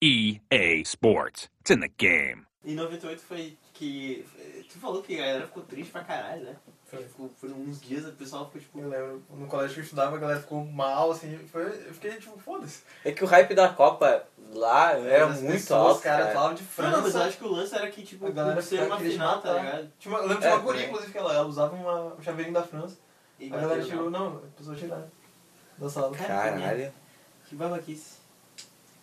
EA E Sports. It's in the game. Em 98 foi que. Tu falou que a galera ficou triste pra caralho, né? Foi. Ficou, foram uns dias, o pessoal ficou tipo. Eu lembro, no colégio que eu estudava, a galera ficou mal, assim, foi, eu fiquei tipo, foda-se. É que o hype da Copa lá era As É, muito pessoas, alto, Os caras cara. falavam de Não, não, mas eu França. acho que o lance era que, tipo, A galera por ser uma queria te final, tá matar. ligado? Tinha uma- Tipo, eu lembro de É, uma guria, também. inclusive, que ela, ela usava uma, um chaveirinho da França. E A galera bateu, né? tirou, não. não, a pessoa tirar da sala. Cara, Caralho. Que babaquice.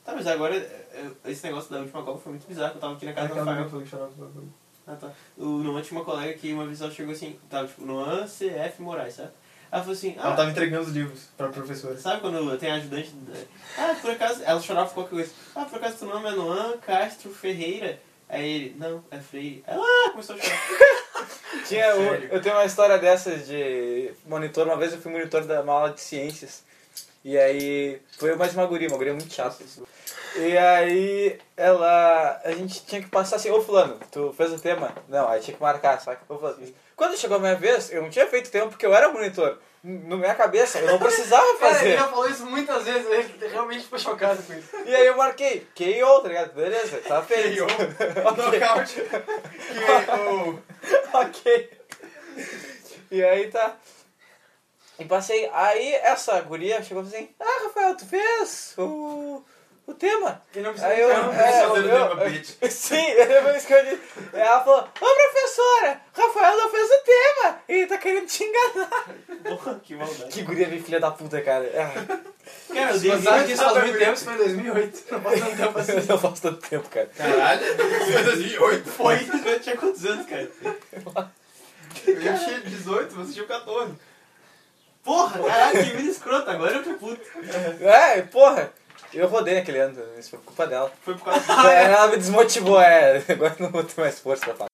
Tá, mas agora, eh, eh, esse negócio da última Copa foi muito bizarro, que eu tava aqui na casa da Aquela Rafael. guria foi que chorava pelo bagulho. Ah, tá. O Noan tinha uma colega que uma vez ela chegou assim, tava tipo, Noan CF Moraes, sabe? Ela falou assim, Ela tá ah, tava entregando os livros pra professora. sabe quando tem ajudante? né? Ah, por acaso, ela chorava por qualquer coisa. Ah, por acaso teu nome é Noan Castro Ferreira? Aí ele, não, é Freire. Ela ah, começou a chorar. Tinha um- Sério? eu tenho uma história dessas de monitor. Uma vez eu fui monitor da uma aula de ciências. E aí foi mais uma guria, uma guria muito chata. assim. E aí ela. A gente tinha que passar assim, ô fulano, tu fez o tema? Não, aí tinha que marcar, saca? Ô fulano. Quando chegou a minha vez, eu não tinha feito tema porque eu era monitor. Na minha cabeça, eu não É, precisava fazer. falou isso muitas vezes, ele realmente ficou chocado com isso. E aí eu marquei, KO, tá ligado? Beleza, tá feito. Knockout. Que ok. E aí tá. E passei. Aí essa guria chegou assim, ah Rafael, tu fez o, o tema? Quem não precisa um Aí eu. eu não precisa é, fazer eu- o tema, bitch. Sim, depois que eu disse. Ela falou, ô professora, Rafael não fez o tema! E tá querendo te enganar. Porra, que maldade. Que guria bem filha da puta, cara. Ah, Cara, eu dei Mas sabe vinte- que isso faz muito tempo, isso foi em 2008. Não faz tanto tempo assim. eu não faço tanto tempo, cara. Caralho, isso foi em 2008. Foi, eu tinha quantos anos, cara? Eu tinha 18, você tinha 14. Porra, caralho, que vida escrota, agora eu tô puto. É, porra. Eu rodei naquele ano, isso foi culpa dela. Foi por causa É, Ela me desmotivou, é. Agora eu não vou ter mais força pra falar.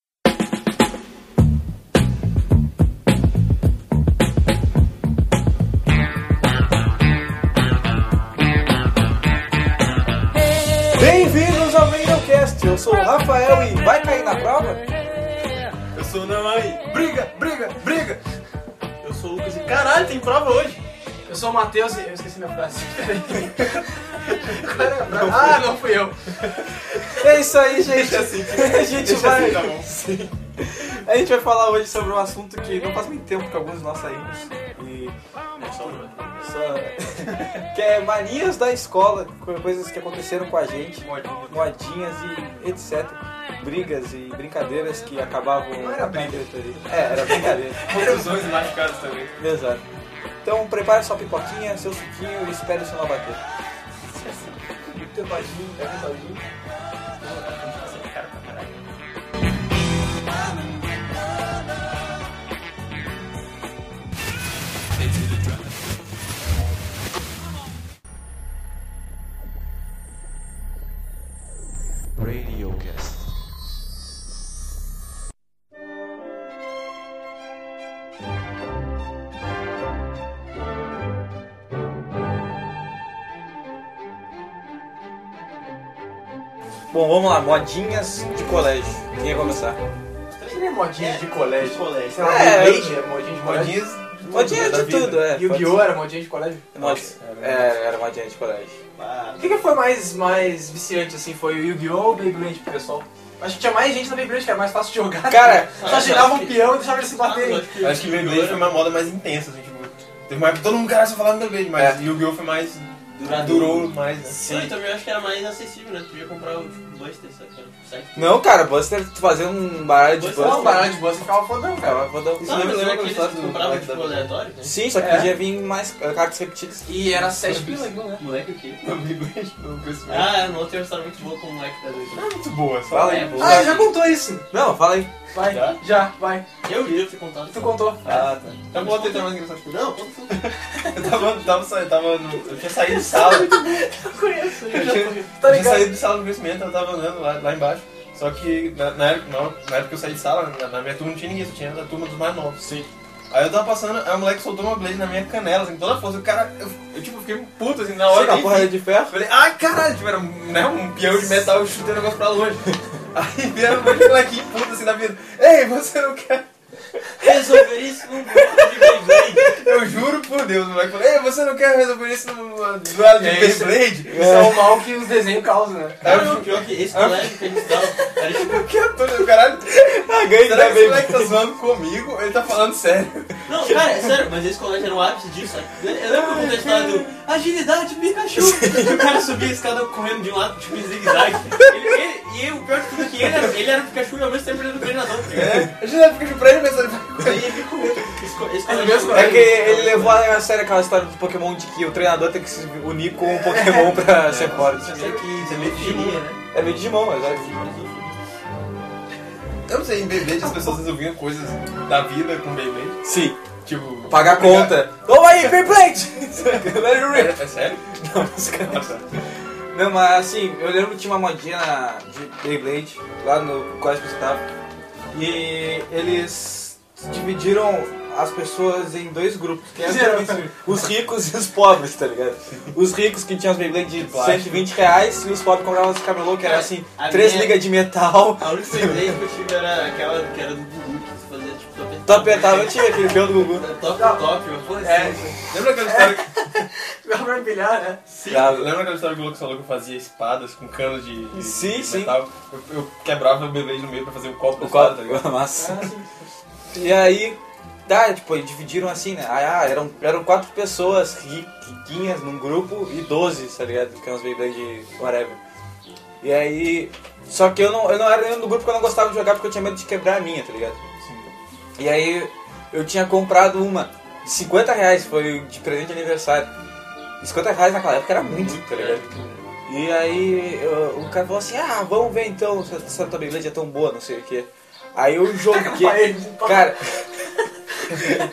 Bem-vindos ao Mendelcast, eu sou o Rafael e vai cair na prova? Eu sou o Namai. Briga, briga, briga. Eu sou o Lucas e caralho, tem prova hoje. Eu sou o Matheus. e- Eu esqueci minha frase. Peraí. Qual era a frase? Ah, não fui eu. É isso aí, gente. Deixa assim, a gente deixa vai. assim, tá bom. Sim. A gente vai falar hoje sobre um assunto que não faz muito tempo que alguns de nós saímos. E É só- que é manias da escola, co- coisas que aconteceram com a gente, moadinhas e etc. Brigas e brincadeiras que acabavam. Não era briga. É, era brincadeira. Confusões e machucados também. Exato. Então prepare sua pipoquinha, seu suquinho e espere o sinal bater. Tentadinho, é tentadinho. Bom, vamos lá, modinhas de colégio. Quem ia começar? Isso não é modinha de colégio. Colégio. Sei lá, É, Beyblade é modinha de colégio. Modinhas. Modinha da de vida. tudo, é. Yu-Gi-Oh! era modinha de colégio? Mod... É, era modinha de colégio. Ah, O que, que foi mais, mais viciante, assim? Foi o Yu-Gi-Oh! ou o Beyblade pro pessoal? Acho que tinha mais gente na Beyblade, que era mais fácil de jogar. Cara, só girava tá. um peão e deixava eles se Ah, baterem. Acho que Beyblade foi uma moda mais intensa, assim, tipo, teve uma época que todo mundo cara só falava em Beyblade, É. mas Yu-Gi-Oh! foi mais. durou mais, né? Sim, então eu também acho que era mais acessível, né? Tu podia comprar o tipo, Buster, só que era tipo, site. Não, cara, Buster fazendo um baralho de Buster Buster. Não, o baralho Ah, de bosta ficava fodão, É, cara. mas vou dar um- Isso não me mas lembra era aqueles quando que tava tu comprava no tipo Black aleatório, né? Sim, só que É. podia vir mais eh, cartas repetidas. E era 7 pila, então, né? Moleque o quê? Não, Beyblade não conheço mais. Ah, é, no outro tem uma história muito boa com o moleque da doida. Não é muito boa, só. Fala aí, É, boa. Ah, já contou isso. Não, fala aí. Vai, Já? já, É. vai. Eu li eu ter contado. Tu contou. Ah, tá. Tá bom, tentar mais engraçado que eu. Não, conta tudo. Eu tava, tava, sa- tava no, eu tinha saído de sala, eu Conheço, eu já conheço. Tá tinha ligado? saído de sala do conhecimento, eu tava andando lá, lá embaixo. Só que na, na, época, na- na época que eu saí de sala, na, na minha turma não tinha ninguém, só tinha a turma dos mais novos. Sim. Aí eu tava passando, aí o moleque soltou uma blade na minha canela, assim, com toda a força. O cara, eu, eu tipo, fiquei puto, assim, na hora. Sim, eu a nem porra de Eu ferro. Falei, ai caralho, tipo, era um, né, um peão de metal, eu chutei o negócio pra longe. Aí vieram um monte de molequinho puto assim na vida. Ei, você não quer? resolver isso num bloco de Beyblade. Eu juro por Deus, o moleque falou, ei, você não quer resolver isso no duelo de É isso. Beyblade? Isso é o mal que os desenhos causam, né? Aí eu Não, não, pior que esse colégio que eles dão, era tipo, fico, "O que eu tô dizendo? Caralho, Ah, ganhei será da que esse Beyblade. moleque tá zoando comigo? ou Ele tá falando sério. Não, cara, é sério, mas esse colégio era o ápice disso. sabe? Eu lembro quando eu história do Agilidade Pikachu. E o cara subia a escada correndo de um lado, tipo em zigue-zague. Ele, ele- e o pior de tudo é que ele era, ele era o Pikachu e ao mesmo tempo ele era o treinador. tá ligado? A gente vai ficar pra ele pensando, Aí ele ficou. Esse, co- esse É mesmo? colégio. É que ele levou a sério aquela história do Pokémon de que o treinador tem que se unir com o Pokémon pra ser forte. Eu sei que é meio Digimon, né? É meio Digimon, mas olha um, eu não sei, em Beyblade as pessoas resolviam coisas da vida com Beyblade. Sim, Tipo... pagar a conta. Toma aí, Beyblade! Let it É, rip. é sério? Não, mas cara- Ah, tá. Não, mas assim, eu lembro que tinha uma modinha na- de Beyblade lá no colégio que eu estava. E eles dividiram as pessoas em dois grupos. Que eram Geralmente. os ricos e os pobres, tá ligado? Os ricos que tinham as Beyblade de De plástico. 120 reais e os pobres compravam os camelô, que era assim, A três minha- ligas de metal. A única ideia que eu tive era aquela que era do Gugu, que se fazia tipo top Tu apertava, eu tinha aquele pelo do Gugu. Top top, uma porra É. assim. Lembra aquela história... que- Vai vermelhar, né? Sim, Bravo. lembra aquela história que o Lucas falou que eu fazia espadas com cano de, de Sim, de sim. metal? Eu, eu quebrava o Beyblade no meio pra fazer o copo da O espada, tá ligado? quadro, massa. Ah, sim. E aí, tá, tipo, dividiram assim, né? Ah, eram, eram quatro pessoas ri- riquinhas num grupo e 12, tá ligado? Que é umas Beyblade whatever. E aí. Só que eu não, eu não era nenhum do grupo que eu não gostava de jogar porque eu tinha medo de quebrar a minha, tá ligado? E aí eu tinha comprado uma de 50 reais, foi de presente de aniversário. E 50 reais naquela época era muito, tá ligado? E aí eu- o cara falou assim, ah, vamos ver então se essa tua Beyblade é tão boa, não sei o quê. Aí eu joguei. Parede, Cara,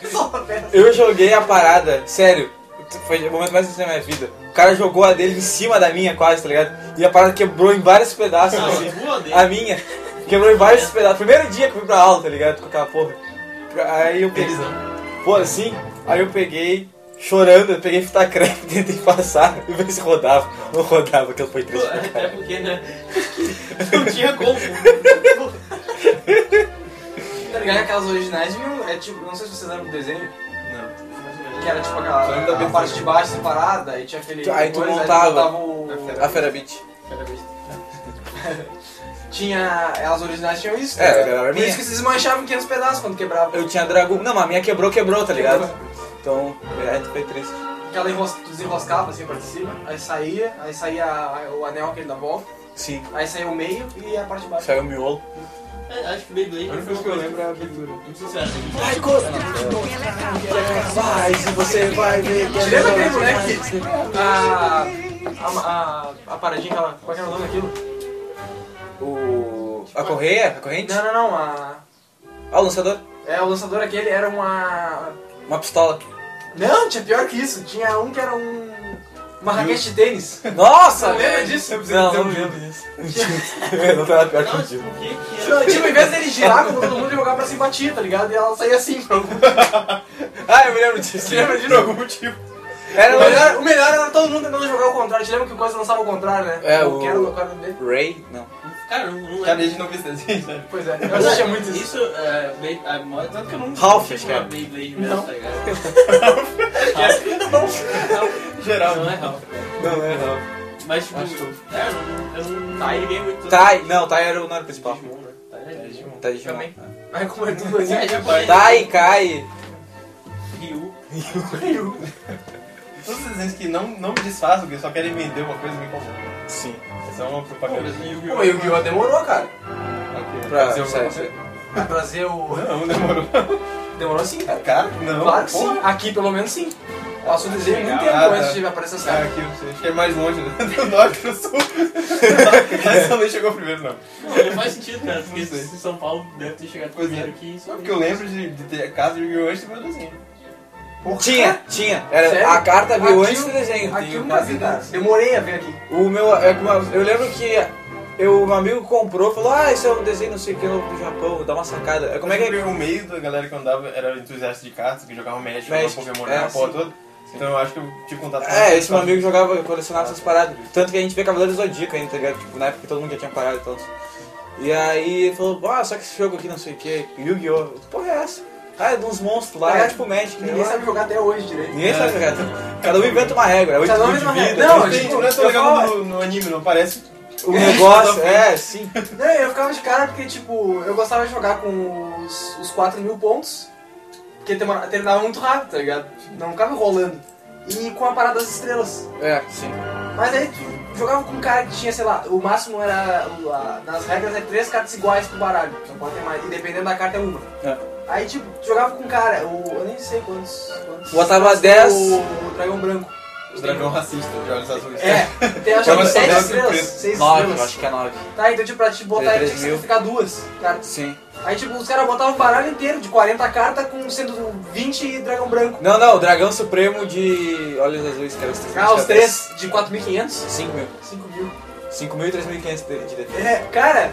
só uma peça. eu joguei a parada, sério. Foi o momento mais difícil da minha vida. O cara jogou a dele em cima da minha, quase, tá ligado? E a parada quebrou em vários pedaços, Não, assim. o Gugu odeia. A minha. Quebrou em vários pedaços. Primeiro dia que eu fui pra aula, tá ligado? Com aquela porra. Aí eu peguei. Pô, assim, aí eu peguei, chorando, eu peguei fita crepe, tentei passar e ver se rodava. Não rodava, aquilo foi Pô, triste pra Até caralho. porque, né? Não tinha como. Tá ligado? Aquelas originais, viu? É tipo, não sei se vocês lembram do desenho, Não. que era tipo Só ainda aquela bem a parte que- de baixo separada, aí tinha aquele. Aí tu coisa, montava. É, o- A Ferabit. Tinha. As originais tinham isso. É, tá ligado? era a Por minha. isso que se desmanchava em 500 pedaços quando quebrava. Eu tinha Dragon. Não, mas a minha quebrou, quebrou, tá ligado? Então, é, foi triste. Ela enros... tu desenroscava assim pra cima, aí saía, aí saía a- o anel aquele da volta, Sim, aí saía o meio e a parte de baixo. saiu o miolo. É, Acho que Beyblade A única foi uma coisa que eu coisa. lembro é a pintura. Não sei se era. Vai Vai, se você vai ver que é Lembra aquele melhor moleque? demais. A. A, a, a paradinha que ela. Qual que era o nome daquilo? O. A correia? A corrente? Não, não, não. A. Ah, o lançador? É, o lançador aquele era uma. Uma pistola. Não, tinha pior que isso. Tinha um que era um. Uma raquete de tênis. Nossa! Não lembra velho. disso? Não, um não lembro disso. Eu não tava pior que Não, o Dino. tipo, o que que era? Não, tipo, em vez dele girar, quando todo mundo ia jogar pra se batia, tá ligado? E ela saía assim, pra algum- Ah, eu me lembro disso. Você lembra de Por novo? algum motivo. O Era o melhor, o melhor era todo mundo tentando jogar o contrário. Te lembra que o Coisa lançava o contrário, né? É, eu o- quero colocar no dele. Ray? Não. Cara, não, não lembro. Cara, a gente não fez desenho, sério. Pois é, eu assistia muito isso. Isso, é, Bey- a moda, tanto que eu não Ralph, tive acho que uma é. Beyblade mesmo, Não. tá ligado? Ralph. Geral. Não é Ralph. Não, não é não. Mas, tipo, Acho que é, eu não- eu não liguei muito. É, Tai, não, Tai era o nome principal. Digimon, né? Tá, é Digimon. Tai Digimon. Também. Aí como é tudo assim, É, japonês. Tai, Kai. Ryu. caiu. Todos os desenhos que não, não me desfazem, que só querem vender uma coisa me confundem. Sim. Essa é uma Pô, propaganda. mas o Yu-Gi-Oh! Pô, e o Guiô demorou, cara. Pra Fazer uma- sério, sério. Pra trazer o. Não, demorou. Demorou sim, cara. Cara, não. Claro que Porra. sim. Aqui pelo menos sim. Passou o desenho muito Ah, tempo tá. antes de aparecer essa Cara, cara. aqui eu sei, acho que é mais longe né? do norte pro sul. Essa não chegou primeiro, não. Não, não faz sentido, cara, porque Não sei. se São Paulo deve ter chegado Pois é. primeiro que isso. Só porque eu lembro de, de ter a casa de Yu-Gi-Oh! antes do meu desenho. Tinha, tinha. Era Sério? Ah, a carta veio Aqui antes do eu- desenho. Aqui um eu tenho nunca quase vi, cara. dez. Demorei a ver aqui. O meu. é que uma- Eu lembro que eu, um amigo comprou falou: Ah, esse é um desenho não sei o que novo do Japão, dá uma sacada. É, Como é que é? O um meio da galera que eu andava era entusiasta de cartas, que jogava Magic, jogava Magic, Pokémon, é, jogava porra sim. toda. Então eu acho que eu tive contato É, esse com meu amigo jogava, colecionava essas paradas. Tanto que a gente vê Cavaleiros do Zodíaco ainda, tá ligado? Tipo, na época que todo mundo já tinha parado e tal. E aí ele falou, ah, só que esse jogo aqui não sei o que, Yu-Gi-Oh! Eu, Porra, é essa? Ah, é de uns monstros lá, É. é tipo Magic. né? Ninguém sabe jogar até hoje direito. Ninguém sabe jogar. Cada um inventa uma regra. Oito Cada um pontos de inventa uma vida, regra. Não, três Tem, tipo, não é tão eu legal falo- no, no anime, não parece? O negócio, é, sim. Não, eu ficava de cara porque, tipo, eu gostava de jogar com os, os 4 mil pontos, porque tema- terminava muito rápido, tá ligado? Não ficava rolando. E com a parada das estrelas. É, sim. Mas aí tu jogava com um cara que tinha, sei lá, o máximo era. o- a- nas regras é três cartas iguais pro baralho, não pode ter mais. E dependendo da carta é uma. É. Aí, tipo, tu jogava com um cara, o, eu nem sei quantos. quantos Botava quantos 10. O, o dragão branco. O dragão racista de olhos azuis. É, tem acho Jogava que só 7 dez e estrelas. preto. 6 Nove, estrelas. eu acho que é nove. Tá, então, tipo, pra te botar, Deu ele três tinha que mil. sacrificar duas cartas. Sim. Aí, tipo, os caras botavam o baralho inteiro de 40 cartas com sendo 20 dragão branco. Não, não, o Dragão Supremo de Olhos Azuis, que era os três. Ah, os três de 4.500? 5 mil. 5 mil. 5 mil e 3.500 de, de defesa. É, cara,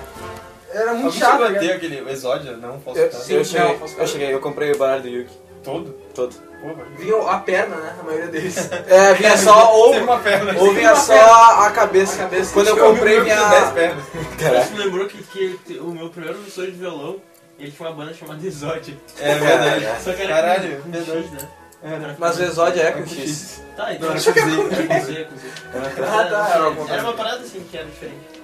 era muito Alguém chato. chegou a cara. ter aquele exódio? Não, posso Eu, ficar. sim. eu cheguei, não, posso eu cheguei, eu comprei o baralho do Yuki Todo? todo. Pô, velho. Vinham a perna, né? A maioria deles. É, vinha só ou, Tem uma perna. ou vinha Tem uma só a cabeça. A cabeça. Quando eu Eu comprei meu vinha... tem 10 pernas. Caraca. Isso me lembrou que, que te- o meu primeiro professor de violão, ele tinha uma banda chamada Exotic. É verdade. Só que era Caralho, com, com verdade. X, né? Mas o Exódio é É com com X. Tá, então Não, era era com Z. com Z, é com Z. Ah, tá, era alguma Era, coisa. uma parada assim que era diferente.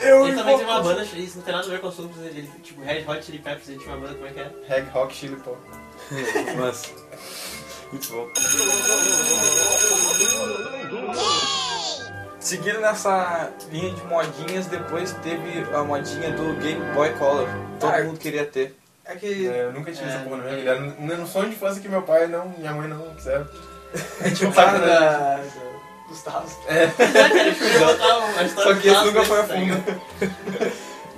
Eu Ele também tem uma banda, isso não tem nada a ver com assuntos, ele, tipo Red Hot Chili Peppers, ele tinha uma banda, como é que era? Reg Rock Chili Pop. Mas... Muito bom. Seguindo nessa linha de modinhas, depois teve a modinha do Game Boy Color. Todo Ah, mundo queria ter. É que É, eu nunca tive É, essa porra na minha vida. Era um era um sonho de infância que meu pai não, minha mãe não quiseram. é tipo o Sabe, né? cara da... dos Tavos. Ele queria botar uma história Só que esse do nunca Vasco, foi a tá ligado? fundo.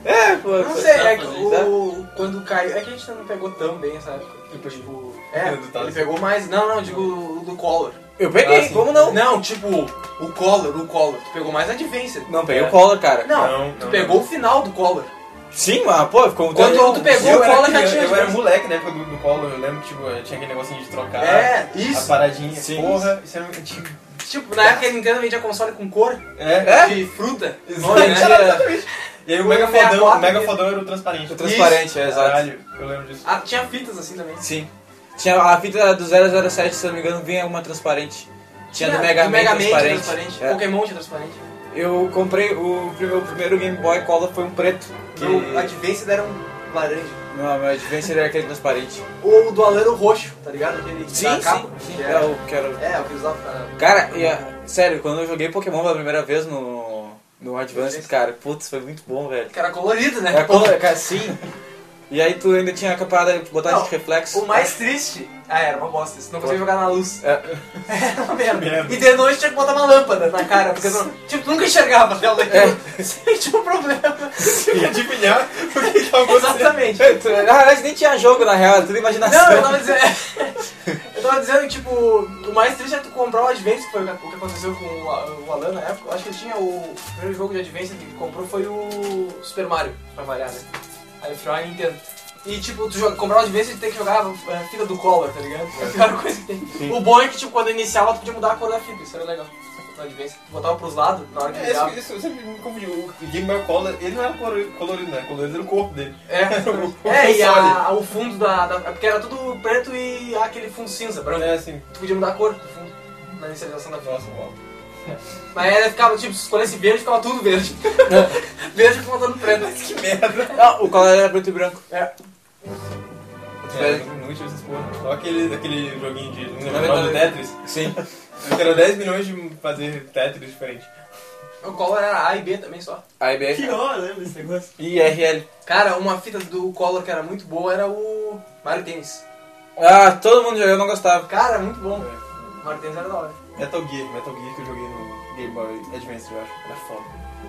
É, pô. Não sei, tá é que Tavos, né? o... quando caiu... É que a gente não pegou tão bem essa época. Tipo, tipo... É, Do Tavos. ele pegou mais... Não, não, digo o do Collor. Eu peguei, tá Ah, sim. como não? Não, tipo, o Collor, o Collor. Tu pegou mais Advance. Não, peguei É. o Collor, cara. Não, Não, tu não, pegou o final do Collor. Sim, mas pô, ficou um Quando tu pegou Eu o era Collor, já né? criança, tinha Eu era Advance. moleque na época do, do colo, eu lembro que tipo, tinha aquele negocinho de trocar É, a isso. paradinha. Sim. Porra, isso era antigo. Tipo, na época a Nintendo vendia console com cor É? de fruta. Exato. Nome, né? E aí o O Mega 64 Fodão, o Mega dele. Fodão era o transparente. O transparente, é, exato. Caralho, eu lembro disso. Ah, tinha fitas assim também. Sim. Tinha a fita do 007, se eu não me engano, vinha uma transparente. Tinha do Mega Man, transparente. É. Pokémon tinha transparente. Eu comprei o primeiro, o primeiro Game Boy Color foi um preto. Que... O Advance era um laranja. Não, meu Advance era aquele transparente. Ou o do Alan era o roxo, tá ligado? Aquele da capa. que É era- o que era o- É, o que usava pra... Cara, e a- sério, quando eu joguei Pokémon pela primeira vez no, no Advance, Advance. cara, putz, foi muito bom, velho. Que era colorido, né? É a cor, cara, sim. E aí tu ainda tinha a caparada de botar Não, esse reflexo. O mais triste... Ah, era uma bosta. Você não conseguia jogar na luz. É. Era uma merda. Merda. E de noite tinha que botar uma lâmpada na cara. Porque não... Tipo, tu nunca enxergava aquela lâmpada. É. Sempre tinha um problema. E adivinhar o que que tava acontecendo. Exatamente. Tu- Na verdade nem tinha jogo, na real, era tudo imaginação. Não, eu tava dizendo. eu tava dizendo que, tipo, o mais triste é tu comprar o Advance, que foi o que aconteceu com o A- o Alan na época. Eu Acho que ele tinha o, o primeiro jogo de Advance que ele comprou foi o Super Mario, pra variar, né? Aí eu fui lá e Nintendo. E, tipo, tu joga, comprar o Advance e tem que jogar a fita do Collor, tá ligado? É a pior coisa que tem. O bom é que, tipo, quando iniciava, tu podia mudar a cor da fita, isso era legal. No Advance, tu botava pros lados na hora que É, isso, ligava. isso eu sempre me confundi. O Game Boy Color, ele não era colorido, colorido, né? Colorido era o corpo dele. É, é e a- o fundo da, da. Porque era tudo preto e aquele fundo cinza, branco. É assim, Tu podia mudar a cor do fundo na inicialização da fita. nossa, uau. Mas aí ela ficava, tipo, se escolhesse verde, ficava tudo verde. verde faltando preto. Que merda. Não, o Color era preto e branco. É. É, eu nunca tive essas porra. Só aquele, aquele joguinho de. Na Lembra verdade- do Tetris? Sim. Eu quero 10 milhões de fazer Tetris diferente. O Collor era A e B também só. Aí bem. Que hora, lembra né, desse negócio? IRL. Cara, uma fita do Collor que era muito boa era o Mario Tennis. Ah, todo mundo jogou, eu não gostava. Cara, muito bom. Mario Tennis era da hora. Metal Gear, Metal Gear que eu joguei no Game Boy Advance, eu acho. Era foda.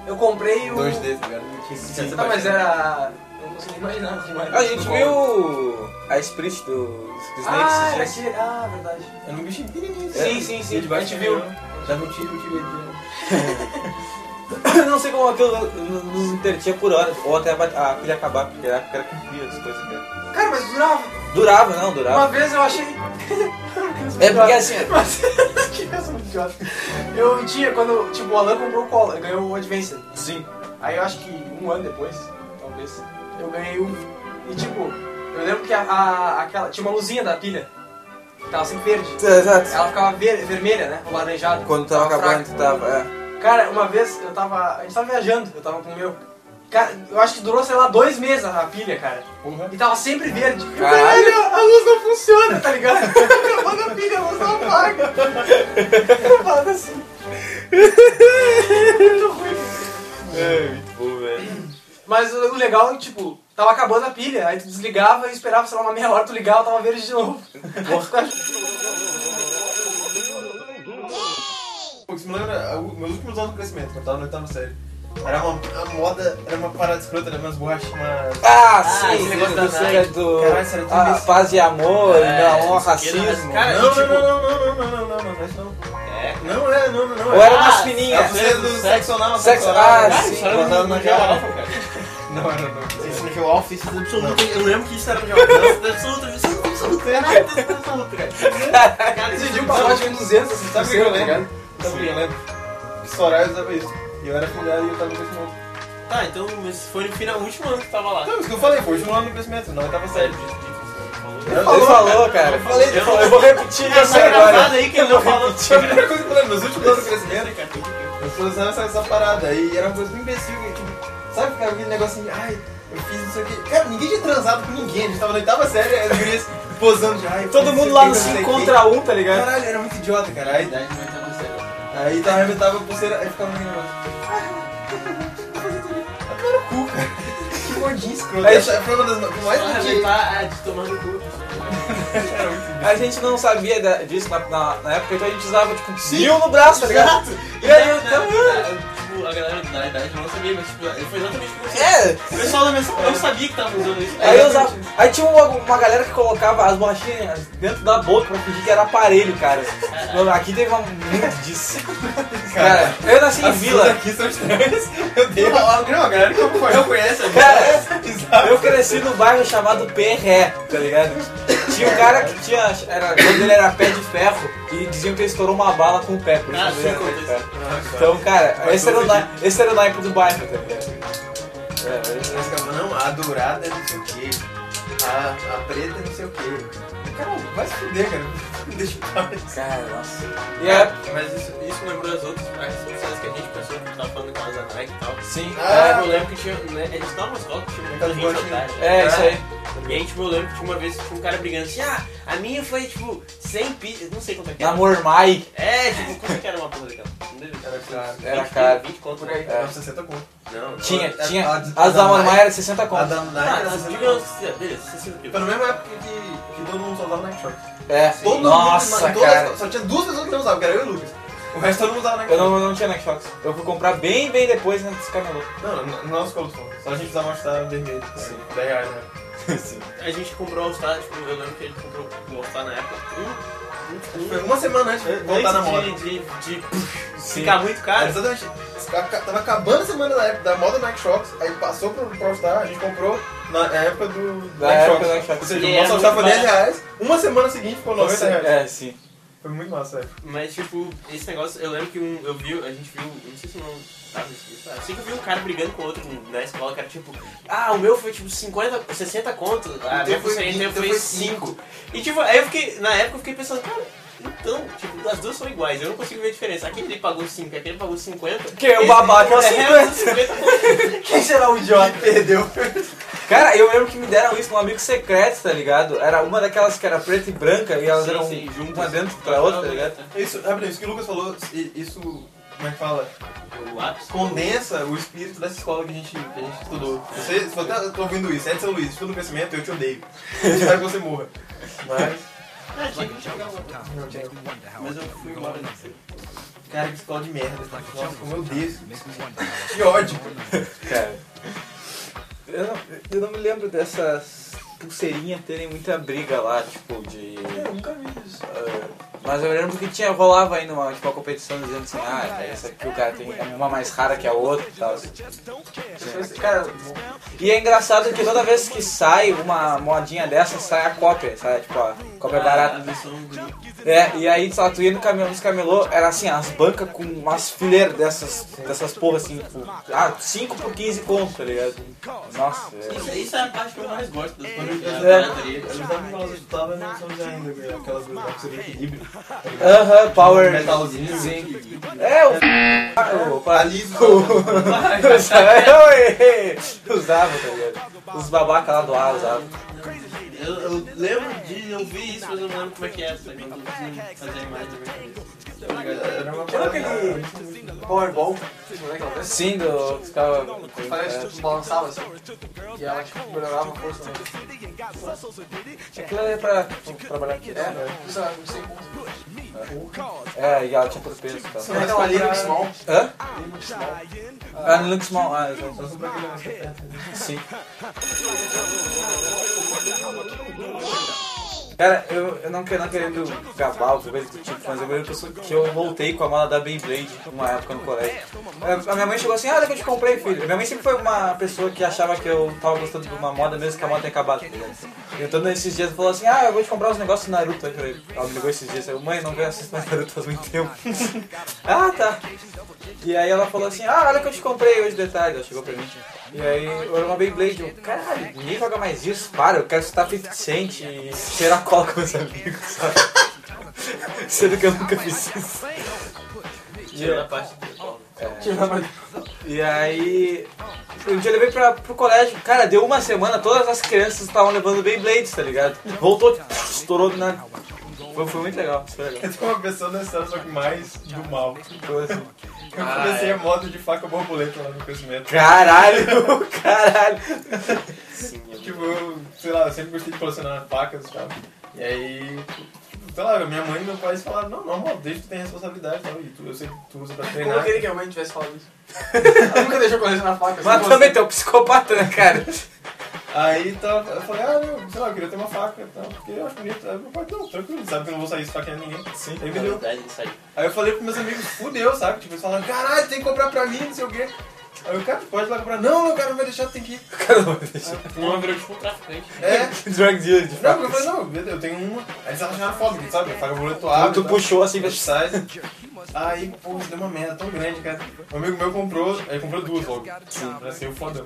Eu comprei o. 2D, tá ligado? Não tinha essa baixada. Tá, mas era. Eu não consigo nem imaginar como era. A gente Do Collor. viu a split do, do Snake Ah, esses era dias. aquele... ah, verdade. Era um bichinho pequenininho. Sim, sim, sim. Ele A debaixo gente viu. Dava um tiro, eu tirei de... Eu não sei como aquilo nos intertinha por horas, ou até a a pilha acabar, porque a época era cumprir as coisas mesmo. Cara, mas durava. Durava, não, durava. Uma vez eu achei. É porque assim, Mas que criança muito idiota. Eu tinha, quando tipo, o Alan comprou o Collor, ganhou o Advance. sim. Aí eu acho que um ano depois, talvez, eu ganhei um. E tipo, Eu lembro que a, a- aquela, tinha uma luzinha da pilha, que tava sem verde. É, Exato. Ela ficava ver- vermelha, né? Ou laranjada. Quando tava É fraca. acabando, tu tava. É. Cara, uma vez eu tava. A gente tava viajando, eu tava com o meu. Cara, eu acho que durou, sei lá, dois meses a a pilha, cara. Porra. E tava sempre verde. Caralho. a luz não funciona, tá ligado? Acabando a pilha, a luz não apaga. Eu falando assim. Muito ruim. É, muito bom, velho. Mas o o legal é que, tipo, tava acabando a pilha, aí tu desligava e esperava, sei lá, uma meia hora tu ligava, tava verde de novo. Pô, Isso me lembra o- meus últimos anos de crescimento, quando eu tava na oitava série. Era uma a moda, era uma parada escrota, era umas borrachas, umas... Ah, esse sim, negócio da sim, Nike. era do. Caralho, será que tem Ah, isso? paz e amor, É, não, honra, isso aqui era- racismo. cara, Não, tipo- não, não, não, não, não, não, não, não, não, isso não. É. Não é, não, não, não. Ou era Ah, umas É a fininhas. pulseira do sexo anal, Sexo- anal. ah, Cara, sim. isso era no- no Cara, geral, alfa, cara. Não, era não. Isso no Geo Alpha, isso é absoluto. Eu lembro que isso era no Geo Alpha. Isso é absoluto, isso é absoluto. É nada, isso é absoluto, cara. Cara, isso é Decidi um de- pacote de 200, assim, Sabe o que eu lembro? ligado? Sabe o que eu lembro? Soraya usava isso. E eu era mulher e eu tava no crescimento. Tá, então, mas foi no final, no último ano que tava lá. Não, isso que eu falei, foi o último ano de crescimento, não oitava série. Sério, dito, dito, dito, falou. Eu- eu- Ele falou, cara. Eu falei, Eu eu, não- falei, eu vou repetir É, isso tá gravado agora. aí que ele não falou. Foi a primeira coisa que eu lembro, nos últimos anos de crescimento, Cara, eu fui usando essa, essa parada. E era uma coisa bem imbecil, que, tipo, sabe cara, aquele negocinho, ai, eu fiz não sei o quê. Cara, ninguém tinha transado com ninguém, a gente tava na oitava série, as gurias posando de ai. Todo não mundo sei lá quem, no não sei 5 quem. contra 1, tá ligado? Caralho, era muito idiota, cara. Aí, aí tá, tava arrebentava a pulseira, aí ficava naquele negócio. Ah, Cara, o cu, cara. Que né? modinha escrota. Aí- Essa foi uma das mais modinhas. tá de tomar no cu. A gente não sabia da- disso na, na- na época, então a gente usava, tipo, mil no braço, tá ligado? E aí, então. Tipo, a galera da idade não sabia, mas tipo, foi exatamente o que você É, O pessoal da minha sala não sabia que tava usando isso. Aí, eu usava, aí tinha uma, uma galera que colocava as borrachinhas dentro da boca pra fingir que era aparelho, cara. Mano, Aqui teve uma, muito disso. Cara, eu nasci em As pessoas vila. aqui são estranhas. Meu Deus. Não, não, a galera que eu conheço. Ah, Cara, eu cresci num bairro chamado Perré, tá ligado? Tinha um cara que tinha. Era, quando ele era pé de ferro e diziam que ele estourou uma bala com o pé, por isso Ah, que sim, ele era pé de acontece. ferro. Então, cara, esse era, o, na- esse era o naipe do bairro, tá ligado? É, Mas calma, não, a dourada é não sei o quê. A, a preta é não sei o quê. Cara, vai se fuder, cara. Deixa eu falar isso. Cara, nossa. E é. Mas isso, isso lembrou as outras as pessoas que a gente pensou que tava falando com as da Nike e tal. Sim. Cara, eu lembro que tinha. Né, a gente tava na escola que tinha muita Aquelas gente bolachinhas. otária. É, isso aí. E aí, tipo, eu lembro que tinha uma vez que tinha um cara brigando assim, ah, a minha foi tipo 100 pi. Não sei quanto é que era. Namor Mai. É, tipo, quanto que era uma porra daquela? Não deve Era claro. Era cara. 20 conto Por aí. né? Era 60 conto. Não. Tinha, A- tinha. é, a- a As da da É, Namor Mai Nike. era 60 A conto. da Nike Tá, era mas 60 digamos, conto. beleza, 60 Foi pila. na mesma época que, que todo mundo só usava Nike Short. É. Todo Nossa, mundo, todas- cara. Só tinha duas pessoas que não usavam, que era eu e o Lucas. O resto todo mundo usava Nike Eu não, eu não tinha Nexbox. Eu fui comprar bem, bem depois né, desse camelô. Não, não, é não os colos, só a gente usava uma chuta vermelha. Sim. 10 reais, né? A gente comprou o All-Star, tipo, eu lembro que ele comprou o All-Star na época. Um, um, tipo, Foi uma semana antes de voltar na moda. antes de, de, de Sim. ficar muito Cara, caro. Ah, exatamente. Aca- Tava acabando a semana da, época, da moda Nike Shocks, aí passou pro, pro All-Star, a gente comprou na época do Da Nike época Shocks. é, do Nike Shocks. Ou seja, E o era nosso All-Star foi muito 10 reais, uma semana seguinte ficou 90 Você- reais. é, sim. Foi muito massa, é. Mas, tipo, esse negócio, eu lembro que um, eu vi, a gente viu, não sei se não tá, sabe disso, eu sei que eu vi um cara brigando com outro na escola, que era tipo, ah, o meu foi tipo 50, 60 conto, ah, teu meu foi, foi foi, 20, meu teu foi foi 5. E tipo, aí eu fiquei, na época eu fiquei pensando, cara, então, tipo, as duas são iguais, eu não consigo ver a diferença. Aquele pagou 5, aquele pagou 50. Quem é o babaca é o 50. 50 conto. Quem será o idiota? Perdeu. Cara, eu lembro que me deram isso num amigo secreto, tá ligado? Era uma daquelas que era preta e branca e elas Sim, eram sim, juntas. uma dentro pra outra, tá ligado? Isso, rapidinho, isso que o Lucas falou, i- isso, como é que fala? O lápis. Condensa o espírito dessa escola que a gente, que a gente estudou. Você, se você tá ouvindo isso, é de São Luís, estuda o crescimento, eu te odeio. Espero que você morra. Mas... Ah, tinha que jogar o lápis. Não, tinha- Mas eu fui embora disso. Cara, que escola de merda. Nossa, como eu odeio isso. Que ódio. Cara. Eu não, eu não me lembro dessas pulseirinhas terem muita briga lá, tipo, de. É, Eu nunca vi isso. ah, mas eu lembro que tinha, rolava ainda uma, tipo, uma competição dizendo assim, ah, essa aqui o cara tem é uma mais rara que a outra e tal. Cara, E é engraçado que toda vez que sai uma modinha dessa, sai a cópia, sai tipo a Copa é barata. É, e aí, sei lá, tu ia no camelô, nos camelô, era assim, as bancas com umas fileiras dessas, dessas porra assim, tipo, ah, 5 por 15 conto, tá ligado? Nossa, é. Isso, isso é a parte que eu mais gosto das bandas de É. pirataria. Eu não sabia que elas escutavam, mas não sabia ainda que aquelas duas que seria equilíbrio. Aham, power. Metalzinho, sim. É, o. Ah, o Aliso. Eu usava, tá ligado? Os babaca lá do ar usavam. Eu, eu lembro de eu vi isso, mas eu não lembro como é que é. sabe? Não consigo fazer a imagem da minha cabeça. Era uma Era parada. aquele Powerball, tipo, né, aquela coisa? Sim, do. Ficava. Parece que tu balançava assim. E ela tipo, melhorava a força. Né? É, Aquilo era pra tipo, trabalhar aqui. É, né? Isso é, não sei como. É, e ela tinha todo peso e tal. Não é aquela Linux Small. Hã? Linux Small. Ah, no Linux Mall. Ah, exato. Só sobre aquele negócio perto. Sim. Cara, eu, eu não, quero- não querendo gabar alguma coisa do tipo, mas eu lembro que eu sou- que eu voltei com a mala da Beyblade numa época no colégio. É, A minha mãe chegou assim, olha que eu te comprei, filho. Minha mãe sempre foi uma pessoa que achava que eu tava gostando de uma moda mesmo que a moda tenha acabado. tá ligado? Então nesses dias ela falou assim, ah, eu vou te comprar os negócios do Naruto aí pra ele. Ela me ligou esses dias, eu, mãe, não vou assistir mais Naruto faz muito tempo. ah, tá. E aí ela falou assim, ah, olha que eu te comprei hoje de tarde. Ela chegou pra mim. E aí eu era uma Beyblade, eu, caralho, ninguém joga mais isso, para, eu quero estar 50 Cent e cheirar cola com meus amigos, sabe? Sendo que eu nunca fiz isso. Tira a parte do pau. E aí, um dia eu levei pra, pro colégio, cara, deu uma semana, todas as crianças estavam levando Beyblades, tá ligado? Voltou, estourou do nada. Foi, foi muito legal, foi legal. Eu tô uma pessoa nessa história, só que mais do mal. Foi assim. Eu comecei a moda de faca borboleta lá no conhecimento. Caralho, caralho. Tipo, eu, sei lá, eu sempre gostei de colecionar facas e tal. E aí, tipo, sei lá, minha mãe e meu pai falaram, não, normal, desde que tu tem responsabilidade, não, e tu, eu sei que tu usa pra Como eu Né? treinar. queria que a mãe tivesse falado isso? Ela nunca deixou colecionar faca. assim, Mas como também tem um psicopata, né, cara? Aí tava, eu falei, ah, não, sei lá, eu queria ter uma faca e tal, porque eu acho bonito. Aí meu pai, não, tranquilo, sabe que eu não vou sair esfaqueando ninguém. Sim. é. Aí me Na deu. verdade, isso aí. Aí eu falei pros meus amigos, fudeu, sabe? Tipo, eles falaram, caralho, tem que comprar pra mim, não sei o quê. Aí o cara, pode ir lá comprar. Não, não, cara, não vai deixar, tem que ir. Não, virou tipo um traficante. É. Drug dealer de Não, fato. porque eu falei, não, beleza, eu tenho uma. Aí eles acharam foda, porque, sabe? Faca boleto Ah, abre. tu tá? puxou assim, né? Aí sai. Aí, pô, isso deu uma merda tão grande, cara. Um amigo meu comprou, aí comprou duas logo. Sim. Pra ser o fodão.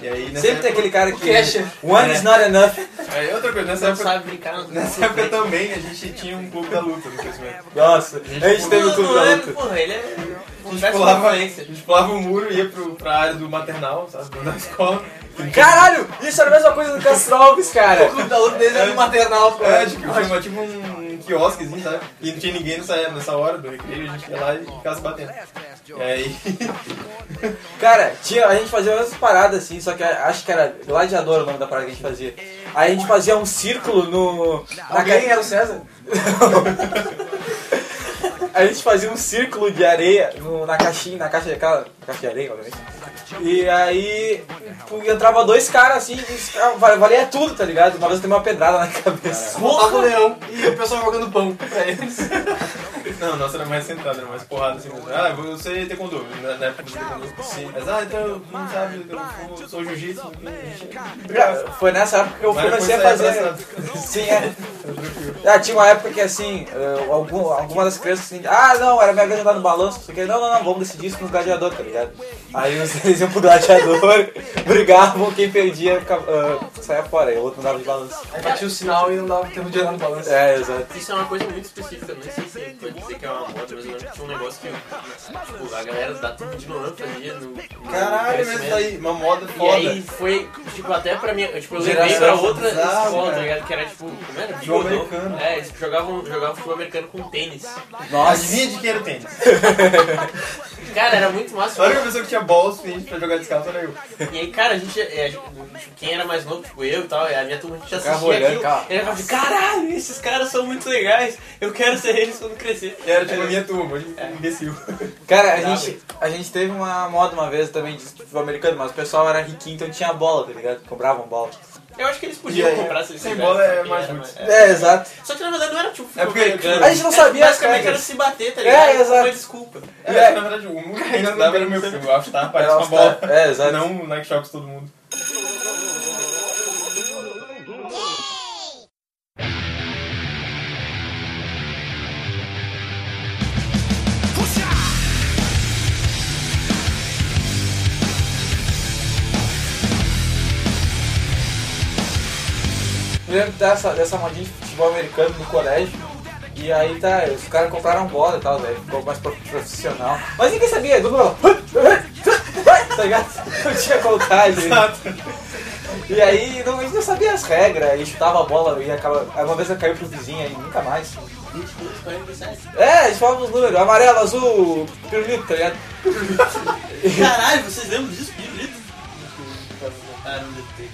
E aí, nessa né? Sempre tem época, aquele cara O que. Kesha. One is not enough. Aí, outra coisa, nessa Não época, sabe brincar nas nessa época também a gente tinha um clube da luta no crescimento. Nossa, a gente teve o clube da assim, luta. Porra, ele é. Um A gente verso pulava, a influência. gente pulava o muro e ia pro, pra área do maternal, sabe? Da escola. Caralho, isso era a mesma coisa do Castro Alves, cara. O clube da luta deles era no maternal. pô. É, tipo, tinha uma- tipo um quiosquezinho, sabe? E não tinha ninguém nessa, nessa hora do recreio, a gente ia lá e ficava se batendo. E aí, Cara, tinha, a gente fazia as mesmas paradas assim, só que a- acho que era gladiador o nome da parada que a gente fazia. Aí a gente fazia um círculo no. Na Alguém ca... era o César? A gente fazia um círculo de areia no- na caixinha, na caixa daquela. Na caixa de areia, obviamente. E aí pô, entrava dois caras assim, e os caras- val- valia tudo, tá ligado? Uma vez eu dei uma pedrada na cabeça. Voltava o leão e o pessoal jogando pão pra eles. Não, nossa, era mais sentado, era mais porrada assim. mas, Ah, eu sei taekwondo, né, na, na época do taekwondo. Sim. Mas, ah, então, eu não sabe, eu sou, sou jiu-jitsu. Cara, Foi nessa época que eu Mas comecei a depois fazer. saiu Sim, é. Ah, tinha uma época que assim, eh, algum, alguma das crianças assim, ah não, era minha vez de andar no balanço, não sei o que, não, não, não, vamos decidir isso nos gladiador, tá ligado? Aí os- eles iam pro gladiador, brigavam, quem perdia ficava, ah, saia fora, e o outro andava de balanço. Aí batia o sinal e não dava tempo de andar no balanço. É, exato. Isso é uma coisa muito específica, não sei se pode dizer que é uma moda, mas eu lembro que tinha um negócio que tipo, a galera da turma de Nolan fazia no. no Caralho, mas crescimento. isso aí, uma moda E foda. aí foi, tipo, até pra minha. Tipo, eu levei Geração pra outra bizarra, escola, cara. tá ligado? Que era tipo, como era? Futebol Bigodô. americano. É, eles jogavam, jogavam futebol americano com tênis. Adivinha de quem era o tênis? Cara, era muito A massa. única pessoa que tinha bola suficiente pra jogar descalço era eu. E aí, cara, a gente. é, tipo, quem era mais novo, tipo eu e tal, e a minha turma, a gente Ficava assistia olhando, aquilo. cara. E ele falava, assim, caralho, esses caras são muito legais, eu quero ser eles quando crescer. E era tipo a minha turma, um imbecil. Cara, a Bravo. gente, a gente teve uma moda uma vez também de futebol americano, mas o pessoal era riquinho, então tinha bola, tá ligado? Compravam bola. Eu acho que eles podiam E aí, comprar se eles sem tivessem, bola é só que mais era útil. É, exato. Só que na verdade não era tipo É porque- americano. A gente não sabia as Basicamente regras. era se bater, tá É, ligado? exato. Uma desculpa. É, É. na verdade, o único que ainda dava era meu filho. Eu acho que tava parece uma bola. É, exato. Não o Nike Shocks todo mundo. me lembro dessa, dessa modinha de futebol americano no colégio. E aí tá, os caras compraram bola e tal, velho. Ficou mais pro- profissional. Mas ninguém sabia, do Bruno. Tá ligado? Não tinha contagem. E aí não, a gente não sabia as regras, e chutava a bola e acaba. aí Uma vez ela caiu pro vizinho aí, nunca mais. 28, 47. É, a gente falava os números, amarelo, azul, pirulito, tá ligado? Caralho, vocês lembram disso? Pirulito? Ah, não devo ter.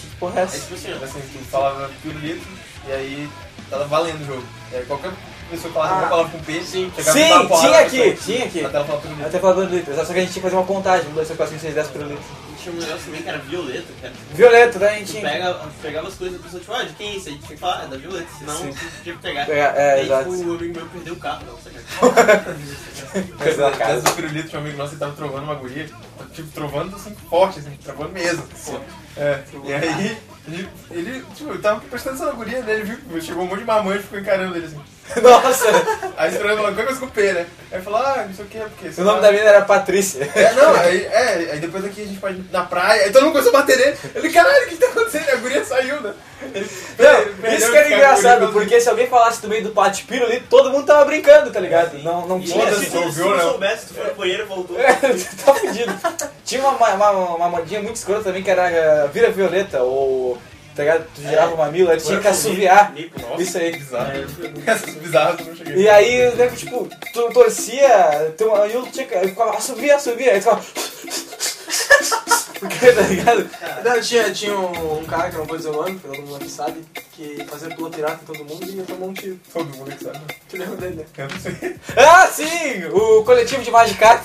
Que porra é É essa? tipo assim, ó. Assim, tu falava pirulito e aí tava valendo o jogo. E aí qualquer pessoa que falava Ah, uma palavra com P, sim. chegava e dava Sim, uma porrada tinha na aqui, pessoa. tinha aqui. Até ela falava pirulito. Até falando do litro, só que a gente tinha que fazer uma contagem, 1, 2, 3, 4, 5, 6, 10 pirulito. Tinha um negócio também que era violeta, cara. Violeta, né? A gente Tu tinha. pega, tu pegava as coisas e a pessoa, tipo, ah, de quem é isso? Aí tinha que falar, ah, é da Violeta, senão Sim. tu tinha que pegar. Pegar, é, aí, exato. tipo, o amigo meu perdeu o carro, não, sacanagem. Mas é, Coisa da né? às casa. vezes o pirulito tinha um amigo nosso que tava trovando uma guria, tipo, trovando assim, forte, assim, trovando mesmo. assim. É, e aí, ele, ele, tipo, tava prestando atenção na guria, né? Ele viu, chegou um monte de mamãe e ficou encarando ele assim. Nossa, Aí esperando ela, qualquer coisa com P, né? Aí falou, ah, não sei o que, é porque. o nome da menina era Patrícia. É, não, aí, é, aí depois aqui a gente pode ir na praia, Então aí todo mundo começou a bater nele. Ele, caralho, o que tá acontecendo? A guria saiu, né? Ele- ele Não, perdeu isso de que era ficar engraçado, com a guria, porque se alguém falasse do meio do pátio pirulito, todo mundo tava brincando, tá ligado? Sim. Não, não E tinha. Foda-se, assim, se tu- ouviu, se tu não né? soubesse, tu foi no banheiro e voltou. É, tá fudido. Tinha uma, uma, uma modinha muito escrota também que era eh, vira violeta, ou tá ligado? Tu girava o mamilo, aí tu tinha que assoviar. Isso aí. Bizarro. Essas bizarras eu não cheguei. E aí, eu lembro, tipo, tu torcia, tu, aí eu tinha que. Eu ficava, assovia, assovia, aí tu ficava. Porque, tá ligado? Não, tinha, tinha um, um cara que eu não vou dizer o nome, porque todo mundo aqui sabe, que fazia pula pirata em todo mundo e ia tomar um tiro. Todo mundo que sabe. Tu lembra dele, né? Eu não sei. Ah, sim! O coletivo de Magikarp.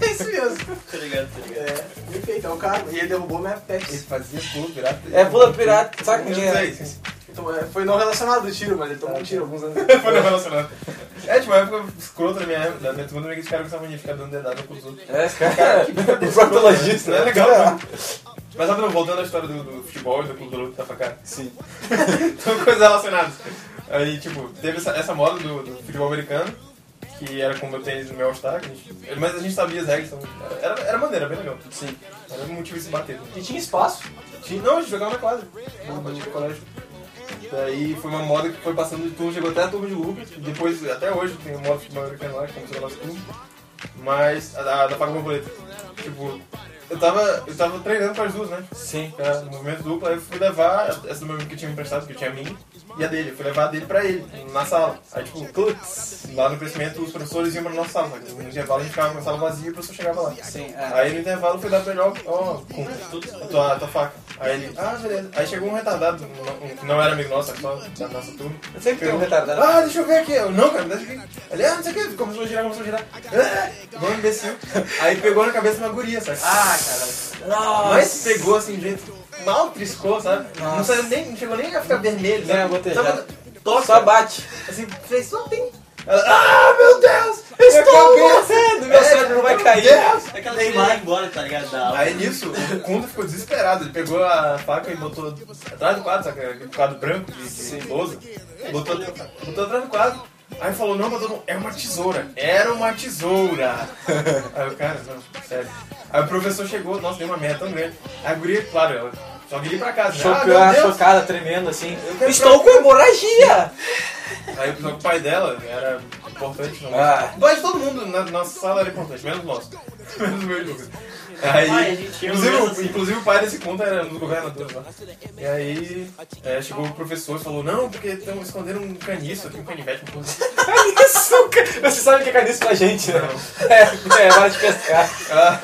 É isso mesmo. Tá ligado, tá ligado. É, bem feito, é o cara. E ele derrubou minha Ele Pepsi. fazia pula pirata. É pula pirata, Eu saca não é? com dinheiro. sei. sim. Então, é, foi não relacionado o tiro, mas ele tomou um tiro alguns anos depois. Foi não relacionado. É, tipo, uma época escrota da minha época, da minha segunda vez que esse cara gostava de ficar dando dedada com os outros. É, esse cara é proctologista, Não né? é legal, não. Mas sabe, voltando à história do, do futebol e do clube do luta pra cá. Sim. São coisas relacionadas. Aí, tipo, teve essa, essa moda do, do futebol americano, que era como eu tenho no meu All-Star, que a gente- mas a gente sabia as regras, então era, era maneira, bem legal. Sim. Era um motivo de se bater. E tinha espaço. Tinha- Não, a gente jogava na quadra, no no colégio. Daí foi uma moda que foi passando de turno, chegou até a turma de Lucas, depois, até hoje, tem a moda de futebol americano lá, que começou na nossa turma. Mas, a da, da Paga Borboleta. Tipo, eu tava, eu tava treinando para as duas, né? Sim. É, no movimento duplo, aí eu fui levar essa do meu amigo que tinha me emprestado, que eu tinha a minha, e a dele. Eu fui levar a dele pra ele, na sala. Aí, tipo, putz, lá no crescimento os professores iam pra nossa sala, só que no intervalo a gente ficava com a sala vazia e o professor chegava lá. Sim, é. Aí no intervalo eu fui dar pra ele, ó, ó, com a tua, a tua faca. Aí ele, ah, beleza. Aí chegou um retardado, um- um que não era amigo nosso, era só da nossa turma. Sempre tem um retardado. Ah, deixa eu ver aqui. Eu, não, cara, não deixa eu ver. Ele, ah, não sei o que, começou a girar, começou a girar. Ah, Igual um imbecil. Aí pegou na cabeça uma guria, sabe? Ah, caralho. Mas pegou assim de jeito mal triscou, sabe? Não, saiu nem, não chegou nem a ficar vermelho. Nem sabe? a Tá gotejar. Tava- Só bate. assim, fez só tem. Ela, ah, meu Deus! Estou morrendo, meu cérebro não vai cair. É aquela que vai embora, tá ligado? Da Aí nisso, o Kundo ficou desesperado. Ele pegou a faca e botou atrás do quadro, sabe? Aquele quadro branco de de lousa. Botou, botou atrás do quadro. Aí falou, não, mas eu não- é uma tesoura. Era uma tesoura. Aí o cara, não, sério. Aí o professor chegou, nossa, deu uma merda tão grande. Aí a guria, claro, ela só queria ir pra casa. né? Ah, meu Chocada, Deus! chocada, tremendo assim. quero Estou pra- com hemorragia! Aí só que o pai dela era importante, não. Ah. O pai de todo mundo na nossa sala era importante, menos nós. Menos o meu e o Lucas. Aí, Pai, a gente tinha inclusive, um o- mesmo assim. inclusive o pai desse conta era um dos governadores lá. E aí é, chegou o professor e falou, não, porque estão escondendo um caniço aqui, um canivete, um porra. Isso, cara. Você sabe o que é caniço pra gente, né? É, é hora de pescar. Ah,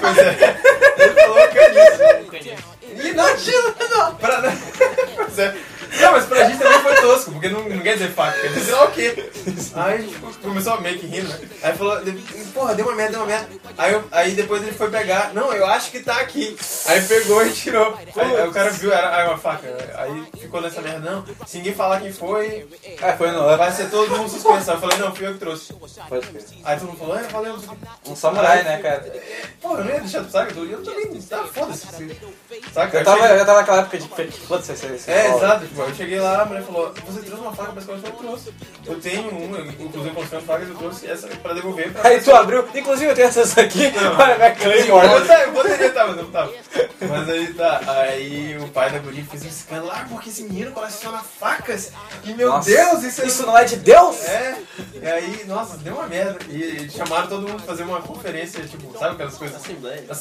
pois é. Ele falou caniço. E não tinha, não. Pra, pois é. Não, mas pra gente também foi tosco, porque não, não quer dizer faca, quer dizer é o quê? Aí a gente começou meio que rindo, né? Aí falou, porra, deu uma merda, deu uma merda. Aí, eu- aí depois ele foi pegar, não, eu acho que tá aqui. Aí pegou e tirou. Aí, aí o cara viu, era, era uma faca. né? Aí ficou nessa merda, não. Se ninguém falar quem foi, Ah, foi no vai ser todo mundo suspenso. Aí eu falei, não, fui eu que trouxe. Pode crer. Aí todo mundo falou, é, valeu, não sei o quê. Um samurai, né, É cara? Pô, eu não ia deixar do saco, eu, tô- eu também. Tá, foda-se. se- Saca? Eu tava, cheguei- eu tava naquela época de que foda-se esse- esse É, pau. exato. Tipo, eu cheguei lá, a mulher falou: Você trouxe uma faca pra escola? Eu trouxe. Eu tenho uma, eu- inclusive, eu comprei umas facas, eu trouxe essa pra devolver. Pra Aí tu abriu, inclusive eu tenho essas aqui, Não. olha minha Eu, Claymore. tá- eu poderia estar, mas eu não tava. Mas aí tá, aí o pai da guria fez um escândalo, ah, porque esse menino coleciona facas, e meu Nossa. Deus, isso é... Isso não é de Deus? É, e aí, nossa, deu uma merda. E, e chamaram todo mundo pra fazer uma conferência, tipo, sabe aquelas coisas assim,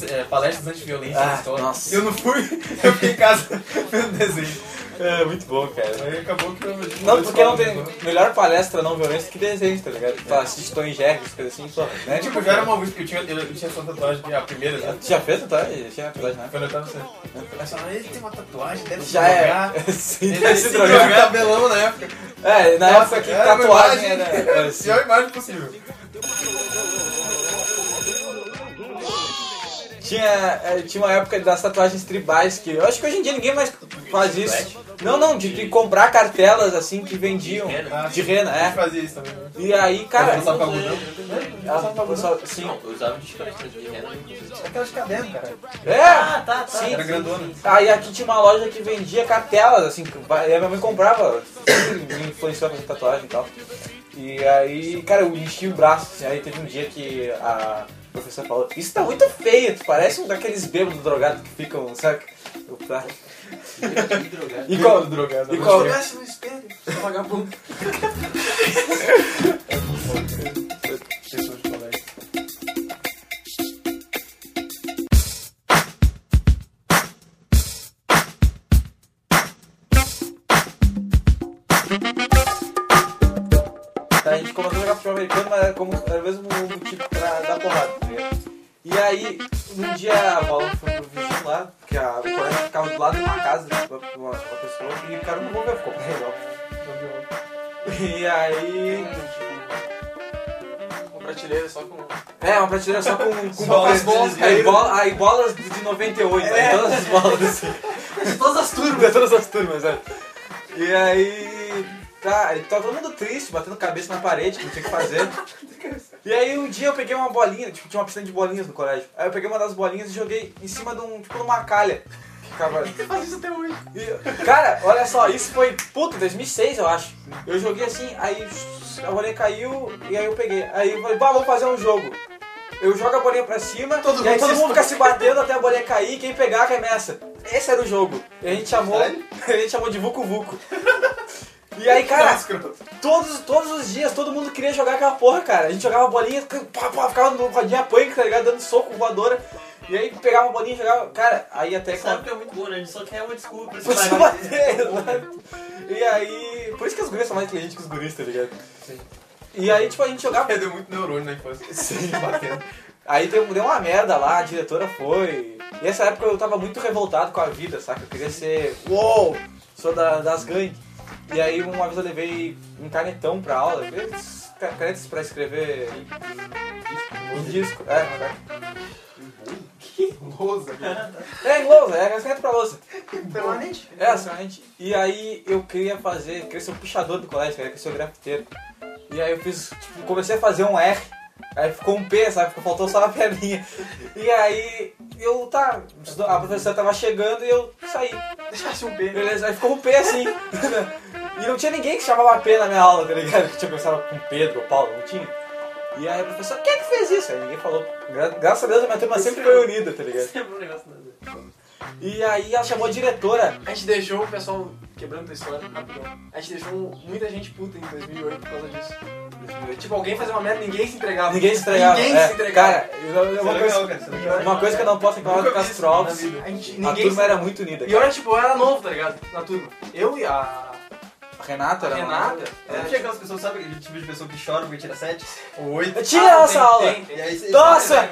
é, palestras anti-violência Ah, na escola. nossa. Eu não fui, eu fiquei em casa vendo desenho. É muito bom, cara. Aí acabou que eu... Não, porque não tem né? melhor palestra não violência que desenho, tá ligado? Tu assiste Tom e Jerry, essas coisas assim, só, né? É, tipo, já era uma música que eu tinha, eu tinha essa tatuagem, a primeira, né? Tu já fez tatuagem? Já episódio, né? Quando eu tava sendo. Aí falaram, ele tem uma tatuagem, deve se Já drogar. é. Sim, Ele deve se drogar cabelão na época. É, na Nossa, época que era uma imagem- tatuagem era... era era a assim. pior imagem possível. Tinha, é, tinha uma época das tatuagens tribais que eu acho que hoje em dia ninguém mais faz isso. Não, não, de, de comprar cartelas assim que vendiam. Ah, De rena, A gente é. fazia isso também. E aí, cara. é, Passava pra algodão. ela- pessoal, sim. Não, eu usava de tá escrachante de rena. Aquelas cadernos, cara. Ah, tá, É! tá. Sim. Era grandona. Aí Ah, aqui tinha uma loja que vendia cartelas, assim, que vai- e a minha mãe comprava, me influenciou pra fazer tatuagem e tal. E aí, cara, eu enchi o braço, assim, aí teve um dia que a professora falou, isso tá muito feio, tu parece um daqueles bêbados drogados que ficam, sabe? Eu, tá. E qual, e qual, Mexe no espelho, seu vagabundo. Tá, a gente começou a jogar futebol americano, mas era, como, era o mesmo tipo pra dar porrada, tá ligado? E aí, num dia a bola foi pro vizinho lá, que a, o colégio ficava do lado de uma casa, de uma, uma- uma pessoa, e o cara não moveu, ficou com o jogo. E aí. Uma prateleira só com. É, uma prateleira só com, com Só bolas. as bolas, aí, bola, aí bolas de 98, aí todas as bolas assim. É. Todas as turmas. De todas as turmas, é. E aí. Tá, aí tá todo mundo triste, batendo cabeça na parede, que não tinha o que fazer. E aí um dia eu peguei uma bolinha, tipo, tinha uma piscina de bolinhas no colégio. Aí eu peguei uma das bolinhas e joguei em cima de um, tipo, numa calha. que Ficava... Faz isso até hoje. E, cara, olha só, isso foi, puta, 2006 eu acho. Eu joguei assim, aí a bolinha caiu e aí eu peguei. Aí eu falei, bah, vamos fazer um jogo. Eu jogo a bolinha pra cima Todo e aí mundo todo se mundo fica se batendo até a bolinha cair e quem pegar arremessa. Esse era o jogo. E a gente chamou, a gente chamou de Vucu Vucu. E aí, cara, todos, todos os dias todo mundo queria jogar aquela porra, cara. A gente jogava bolinha, pá, pá, ficava no rodinha punk, tá ligado? Dando soco, voadora. E aí pegava uma bolinha e jogava. Cara, aí até que. Sabe que é muito bom, né? A gente só quer uma desculpa pra se Pra se parar. bater, exato. E aí. Por isso que as gurias são mais inteligentes que os guris, tá ligado? E aí, tipo, a gente jogava. Perdeu muito neurônio na infância. Sim, batendo. Aí deu, deu uma merda lá, a diretora foi. E nessa época eu tava muito revoltado com a vida, saca? Eu queria ser. Uou! Sou da- das gangues. E aí uma vez eu levei um canetão pra aula, esses ca- canetas pra escrever um disco. É, Lousa. é em lousa, é caneta pra lousa. Permanente. É, exatamente. E aí eu queria fazer, queria ser um pichador do colégio, cara, queria ser um grafiteiro. E aí eu fiz, tipo, comecei a fazer um R, aí ficou um P, sabe? Ficou- Faltou só uma perninha. E aí eu, tá, a professora tava chegando e eu saí. Deixasse um beijo. Beleza, aí ficou um P assim. e não tinha ninguém que chamava P na minha aula, tá ligado? Que tinha começado com Pedro ou Paulo, não tinha. E aí a professora, quem é que fez isso? Aí ninguém falou. Gra- graças a Deus a minha turma sempre foi unida, tá ligado? Sempre um negócio nada. E aí ela chamou a diretora. A gente deixou o pessoal quebrando a história rapidão. A gente deixou um- muita gente puta em 2008 por causa disso. Tipo, alguém fazia uma merda e ninguém se entregava. Ninguém se entregava. Ninguém é. se entregava. Cara, eu- eu- é uma coisa Uma coisa que eu não posso reclamar do Castro Alves, a A gente, turma ninguém se... era muito unida. E eu era tipo, eu era novo, tá ligado? Na turma. Eu e a A Renata era Renata. É, era, tinha aquelas pessoas, sabe aquele tipo de pessoa que chora porque tira 7 ou 8? Eu tinha a nossa Ah, tem- aula. tem- E aí você... Nossa!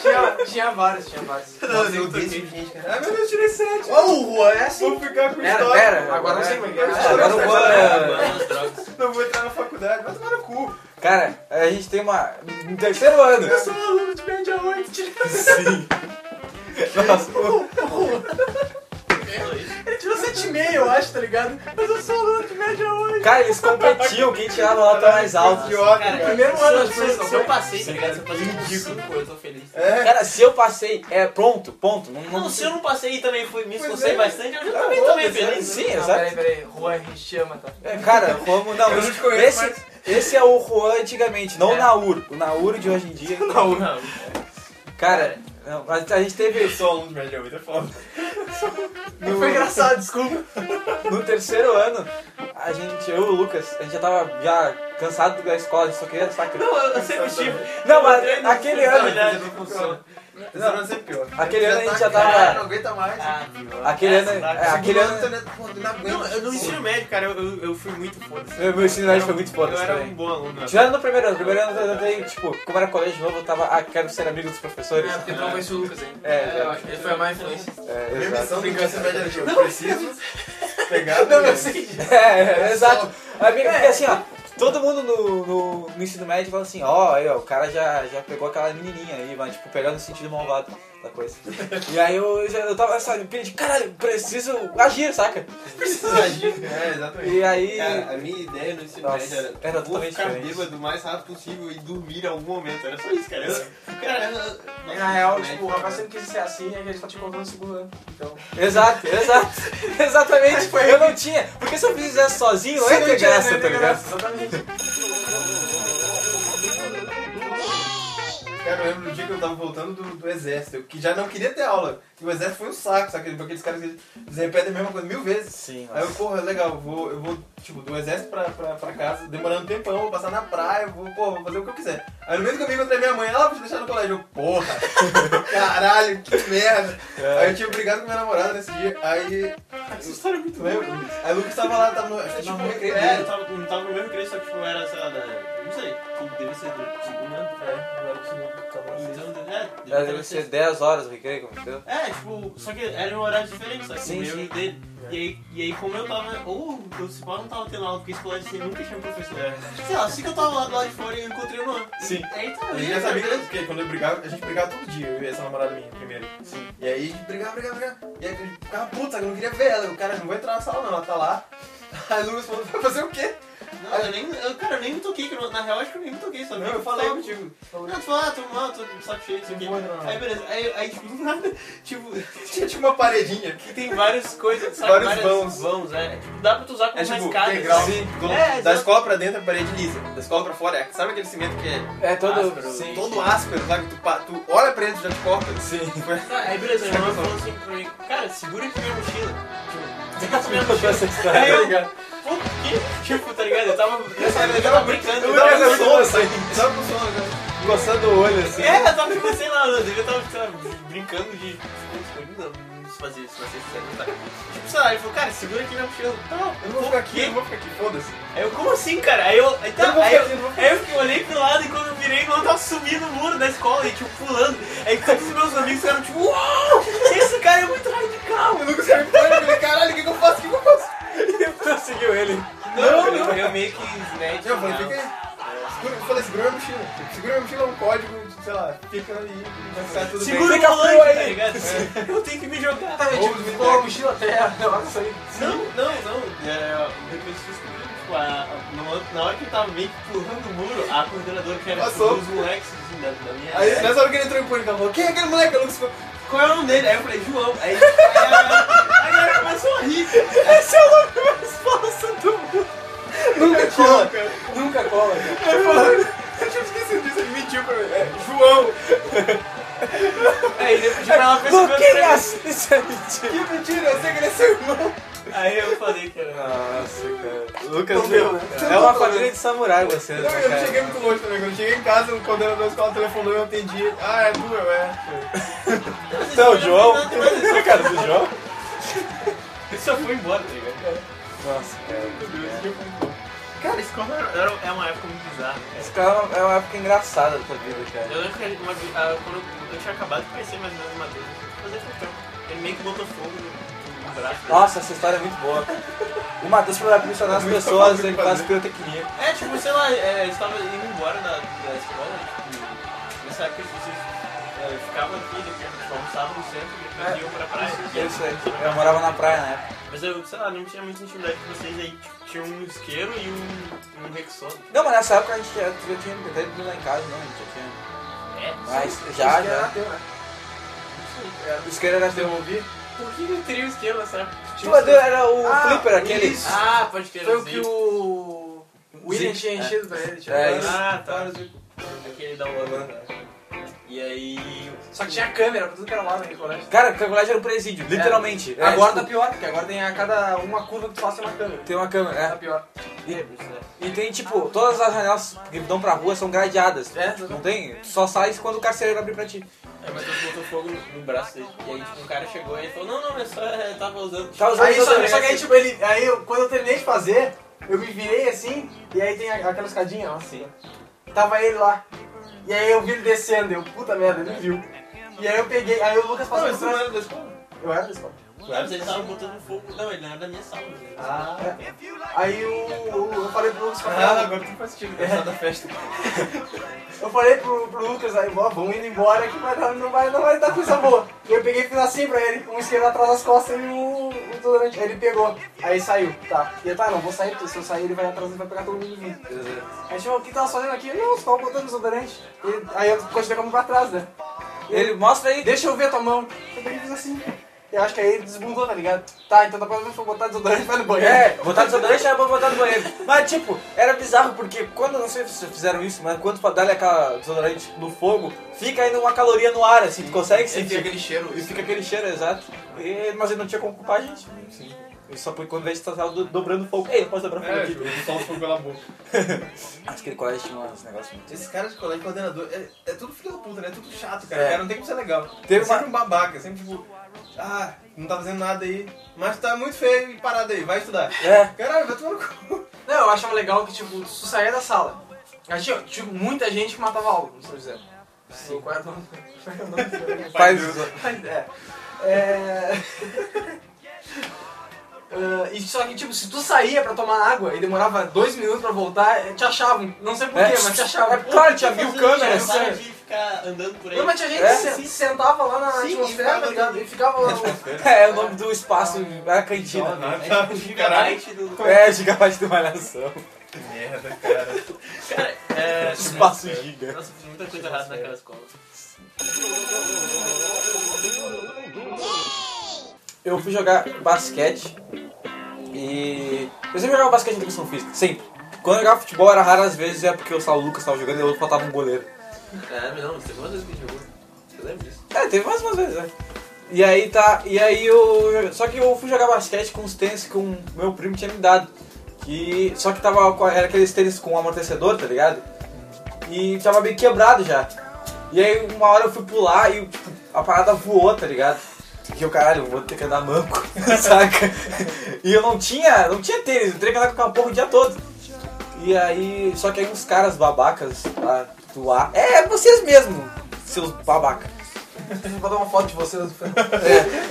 tinha, tinha vários, tinha vários. Não, eu odeio esse tipo de gente, cara. Ah, meu Deus, tirei 7. é assim? Vou ficar com Pera, história. pera. Agora não sei como é que é. Ah, Agora eu vou. é, Agora as drogas. Não vou entrar na faculdade, vai tomar no cu. Cara, a gente tem uma. No terceiro ano. Eu sou um aluno de média 8, tirei É. Sim. Nossa, Ele tirou 7,5, eu acho, tá ligado? Mas eu sou aluno de média 8. cara, eles competiam quem tirava a nota tá mais alta. Idiota, Cara, cara. Primeiro se ano eu- de se eu- se profissão. eu passei, tá ligado? Se eu passei com Ridículo. 5, eu tô feliz. É. Cara, se eu passei, é pronto, ponto. Não, não, Não, se eu não passei e também fui, me Pois esforcei é. bastante, eu já Tá também bom, tomei mas é feliz. Sim, Ah, exato. peraí, peraí. Juan, a gente chama, tá? É, Cara, como não? Eu não te conheço esse, mais. esse é o Juan antigamente, não É. o Naur. O Naur de hoje em dia. Não, não. Cara, Não, mas a gente teve. Eu sou aluno de média 8, é foda. No, Foi engraçado, desculpa. no terceiro ano, a gente, eu e o Lucas, a gente já tava já cansado da escola, a gente só queria sacar. Não, eu eu sempre tive. Não, mas aquele Na né? ano. verdade, não funciona. Esse ano é sempre pior. Aquele ano a gente já Caralho, tava. Não aguenta mais. Aquele ano. é, Aquele ano. né? ano. Não aguenta. Não, eu no ensino médio, cara, eu- eu, eu fui muito foda. Meu ensino médio foi muito foda Eu era também. um bom aluno. né? Tirando no primeiro ano, no primeiro ano eu tentei, tipo, como era colégio novo, eu tava, ah, quero ser amigo dos professores. É, porque tu não conhecia o Lucas ainda. É, já. eu acho que ele foi a má influência. É, Minha exato. missão do ensino médio era que eu preciso pegar. Não, eu sei disso. É, é, exato. A minha- Porque assim, ó, todo mundo no, no, no ensino médio fala assim, ó, aí, ó, o cara já, já pegou aquela menininha aí, mas tipo, pegar no sentido malvado da coisa. E aí eu, já- eu tava essa pilha de, caralho, preciso agir, saca? É, exatamente. E aí... Cara, a minha ideia no ensino Nossa, médio era, era vou totalmente ficar diferente. bêbado o mais rápido possível e dormir em algum momento. Era só isso, cara. Eu, cara, eu- Na real, Nossa, tipo, o rapaz sempre quis ser assim, é que a gente tá te contando no segundo ano. Então, Exato, exato. Exatamente, eu não tinha. Porque se eu fizesse sozinho, não ia ter graça, tá ligado? Exatamente. Cara, eu lembro do dia que eu tava voltando do, do exército, eu que já não queria ter aula. E o exército foi um saco, sabe? Porque aqueles caras que eles repetem a mesma coisa mil vezes. Sim, Aí eu, porra, legal, eu vou, eu vou, tipo, do exército pra, pra, pra casa, demorando um tempão, vou passar na praia, vou, porra, vou fazer o que eu quiser. Aí no mesmo caminho eu encontrei minha mãe, ela vou te deixar no colégio. Eu, porra, caralho, que merda. Aí eu tinha brigado com minha namorada nesse dia, aí. Essa história é muito lembro. Aí o Lucas tava lá, tava no. Tipo, Tipo, no recreio é, eu dele. tava, eu tava no mesmo creio, só que tipo, era, sei lá, da- não sei, como deve ser do segundo ano. É, agora eu preciso acabar assim. Então, é, Já deve deve ser. ser 10 horas o recreio, como deu. É, tipo, só que era um horário diferente, sabe? Sim, o meu sim. e o dele. E aí, e aí, como eu tava. Ou o principal não tava tendo aula, porque esse colégio assim, nunca tinha professor. Sei lá, assim que eu tava lá do lado de fora e eu encontrei o Noah. É. Sim. E aí tá A gente já sabia que é porque quando eu brigava, a gente brigava todo dia, eu e essa namorada minha primeiro. Sim. E aí a gente brigava, brigava, brigava. E aí a gente ficava puta, eu não queria ver ela. O cara não vou entrar na sala não, ela tá lá. Aí o Lucas falou, vai fazer o quê? Não, eu nem. Eu, cara, eu nem me toquei, que eu- na real acho que eu nem me toquei, só vi Não, que eu tu falei tava- contigo. Não, tu falou, ah, tô mal, tô de saco cheio, isso aqui. Não vou entrar, não. Aí beleza, aí, aí tipo, do nada, tipo, Tinha tipo uma paredinha. que tem várias coisas, sabe? Vários várias vãos. vãos, é. Tipo, dá pra tu usar como É uma tipo, escada. degrau. assim. Do- É, da exato. escola pra dentro é parede lisa. Da escola pra fora é. Sabe aquele cimento que é É todo. Áspero. sim, todo sim. áspero, sabe? Tu, pa- tu olha pra ele, tu já te corta. assim. Sim. Tá, aí beleza, meu irmão falou assim pra mim, cara, segura aqui minha mochila. Tipo, segura aqui minha Eu tô tá mochila. essa história. Aí eu, pô, que? Tipo, tá ligado? Eu tava, nessa época eu tava Tá brincando. Eu Tava tava, com sono, assim. Tava com sono, né? Coçando o olho assim. é, eu tava, tipo, sei lá, eu devia tava, sei lá, brincando de... Não, não se fazia isso, não sei se sério, tá? Tipo, sei lá, ele falou, cara, segura aqui minha mochila. Tá, Eu não vou ficar aqui, eu não vou ficar aqui, foda-se. Aí eu, como assim, cara? Aí eu, aí, tá, Eu não vou aí, ficar eu, aqui, eu é não vou ficar aí eu fiquei- olhei pro lado e quando eu virei, quando eu tava subindo o muro da escola e, tipo, pulando. Aí todos os meus amigos ficaram, tipo, uau, esse cara é muito radical. O Lucas já me foi, eu falei, caralho, o que que eu faço? O que que eu faço? Conseguiu ele. Não, não, eu meio que snatch. Eu falei, fica aí. Segura, eu falei, segura minha mochila. Segura minha mochila, é um código, sei lá, fica aí e vai ficar tudo Segura bem. o volante, frio aí. tá ligado? Eu tenho que me jogar. Tá, Ou gente, os ficou a mochila até a nossa aí. Não, não, não. É, depois disso que eu vi, tipo, a- a- no- na hora que eu tava meio que pulando o muro, a coordenadora que era Passou. dos moleques assim, da, da minha. Aí né? nessa hora que ele entrou em pânico, ela falou, quem é aquele moleque? O Lucas falou, Qual é o nome dele? Aí eu falei, João. Aí, aí, a- aí ela começou a rir. Esse é o nome mais falso do mundo. nunca cola. Nunca cola, cara. Ele falou, eu tinha esquecido disso, ele mentiu pra mim. É, João. Aí depois tipo, ela fez Luquinhas! Isso é mentira. Que mentira, eu sei que ele é seu irmão. Aí eu falei que era. Nossa, cara. Lucas, É uma família de samurai você, Não, né, eu não cara? cheguei muito longe também. Quando eu cheguei em casa, o coordenador da escola telefonou e eu atendi. Ah, é tu, eu é. Você é o João? Cara do João? Ele só foi embora, tá ligado? Nossa, cara. Cara, escola era, era- é uma época muito bizarra. cara. Esse cara é uma- é uma época engraçada da tua vida, cara. Eu lembro que uma, vez- ah, quando eu- eu tinha acabado de conhecer mais ou menos uma vez, fazer papel. Ele meio que botou fogo no, no braço. dele. Nossa, essa história é muito boa. O Matheus, pra impressionar as Muito pessoas, bom, ele fazer. faz pirotecnia. É, tipo, sei lá, é, eles estavam indo embora da, da escola, tipo, nessa época eles é, ficavam aqui, depois tipo, almoçavam no centro e depois iam pra praia. É Isso aí. Eu morava na praia na época. Mas eu, sei lá, não tinha muita intimidade com vocês aí. Tipo, tinha um isqueiro e um, um rexona. Não, mas nessa época a gente já, já tinha até ido lá em casa, não, a gente já tinha. É, Mas já, Era já. ateu, né? O isqueiro era teu. ouvi? por que eu teria um isqueiro nessa época? Tipo, era o Ah, Flipper, aquele. isso. Ah, pode crer. Foi o que o William tinha enchido pra ele. tipo, É, Ah, tá. Zico. Aquele da Holanda. E aí. Só que tinha câmera pra tudo que era lado naquele colégio. Cara, o colégio era um É. presídio, literalmente. Era, agora tipo, tá pior, porque agora tem a cada uma curva que tu faz tem uma câmera. tem uma câmera, Tá é. pior. né? E tem, tipo, todas as janelas que dão pra rua são gradeadas. É, Não tem? Tu só sai quando o carcereiro abrir pra ti. Aí o Matheus botou fogo no, no braço dele. E aí, tipo, um cara chegou e ele falou: Não, não, eu só é, tava usando. Tá usando Aí, essa só, droga. só que aí, tipo, ele. Aí, eu- quando eu terminei de fazer, eu me virei assim, e aí tem a- aquela escadinha, ó, assim. Tava ele lá. E aí eu vi ele descendo, eu, puta merda, ele viu. E aí eu peguei, aí o Lucas passou por trás. da escola? Eu era da escola. Claro, eles estavam botando fogo. Não, ele não era da minha sala. Ah, Aí o, eu falei pro Lucas pra ah, falar. agora tu faz né? sentido gostar da festa. Eu falei pro, pro Lucas, aí, ó, vamos indo embora que vai dar- não, vai, não vai dar coisa boa. E eu peguei e fiz assim pra ele, um esquerdo atrás das costas e o, o desodorante. Aí ele pegou, aí saiu, tá. E eu, tá, não, vou sair, porque se eu sair ele vai atrás e vai pegar todo mundo junto. Aí tipo, o que tava fazendo aqui? Eu, Não, só botando desodorante. E, aí eu continuei com a mão pra trás, né? Ele mostra aí. Deixa eu ver tua mão. Eu peguei e fiz assim. Eu acho que aí ele desbundou, tá ligado? Tá, então da próxima vez que eu botar desodorante, vai no banheiro. É, botar desodorante era pra botar no banheiro. Mas, tipo, era bizarro porque quando, não sei se fizeram isso, mas quando pra dar aquela desodorante no fogo, fica ainda uma caloria no ar, assim, tu é consegue é sentir. aquele cheiro. E fica aquele cheiro, exato. E- mas ele não tinha como culpar a gente. Sim. Ele só foi quando a gente tava do- dobrando fogo. Ei, não posso dobrar fogo É, aqui. tipo, só os fogo pela boca. Acho que ele colégio tinha uns negócios muito. Esse cara de colégio coordenador é, é tudo filho da puta, né? É tudo chato, cara. É. O cara não tem como ser legal. Teve é sempre um babaca, é sempre tipo, ah, não tá fazendo nada aí, mas tá muito feio e parado aí, vai estudar. É. Caralho, vai tomar no cu. Não, eu achava legal que, tipo, se tu saía da sala. Mas tinha, tipo, muita gente que matava algo, não sei dizer. Sim. Qual era o nome? Qual era o nome? Faz. Mas, é. É... Ah, e só que, tipo, se tu saía pra tomar água e demorava dois minutos pra voltar, eh, te achavam. Não sei porquê, É. mas te achavam. É, claro, tinha mil câmeras. Para de ficar andando por aí. Não, mas tinha gente É, que se- sentava lá na Sim, atmosfera, e tá ficava ligado? E ficava lá. É, é o nome do espaço, é a né? cantina. Não, É tá, tipo, Caralho. gigabyte do. É, gigabyte de malhação. Merda, cara. Cara, é. Espaço giga. Nossa, fiz muita coisa errada naquela escola. eu fui jogar basquete e eu sempre jogava basquete em educação física, sempre. Quando eu jogava futebol era raro às vezes, é porque o Saulo Lucas tava jogando e eu faltava um goleiro. É, mas não, segunda vez que jogou. Você lembra disso? É, teve mais umas vezes, né? E aí tá, e aí eu. Só que eu fui jogar basquete com os tênis que um meu primo tinha me dado. Que, só que tava. com- Era aqueles tênis com amortecedor, tá ligado? E tava bem quebrado já. E aí uma hora eu fui pular e tipo, a parada voou, tá ligado? E eu, caralho, eu vou ter que andar manco, saca? E eu não tinha, não tinha tênis, eu teria que andar com aquela porra o dia todo. E aí, só que aí uns caras babacas lá do ar. É, vocês mesmo, seus babacas. Vou dar uma foto de vocês.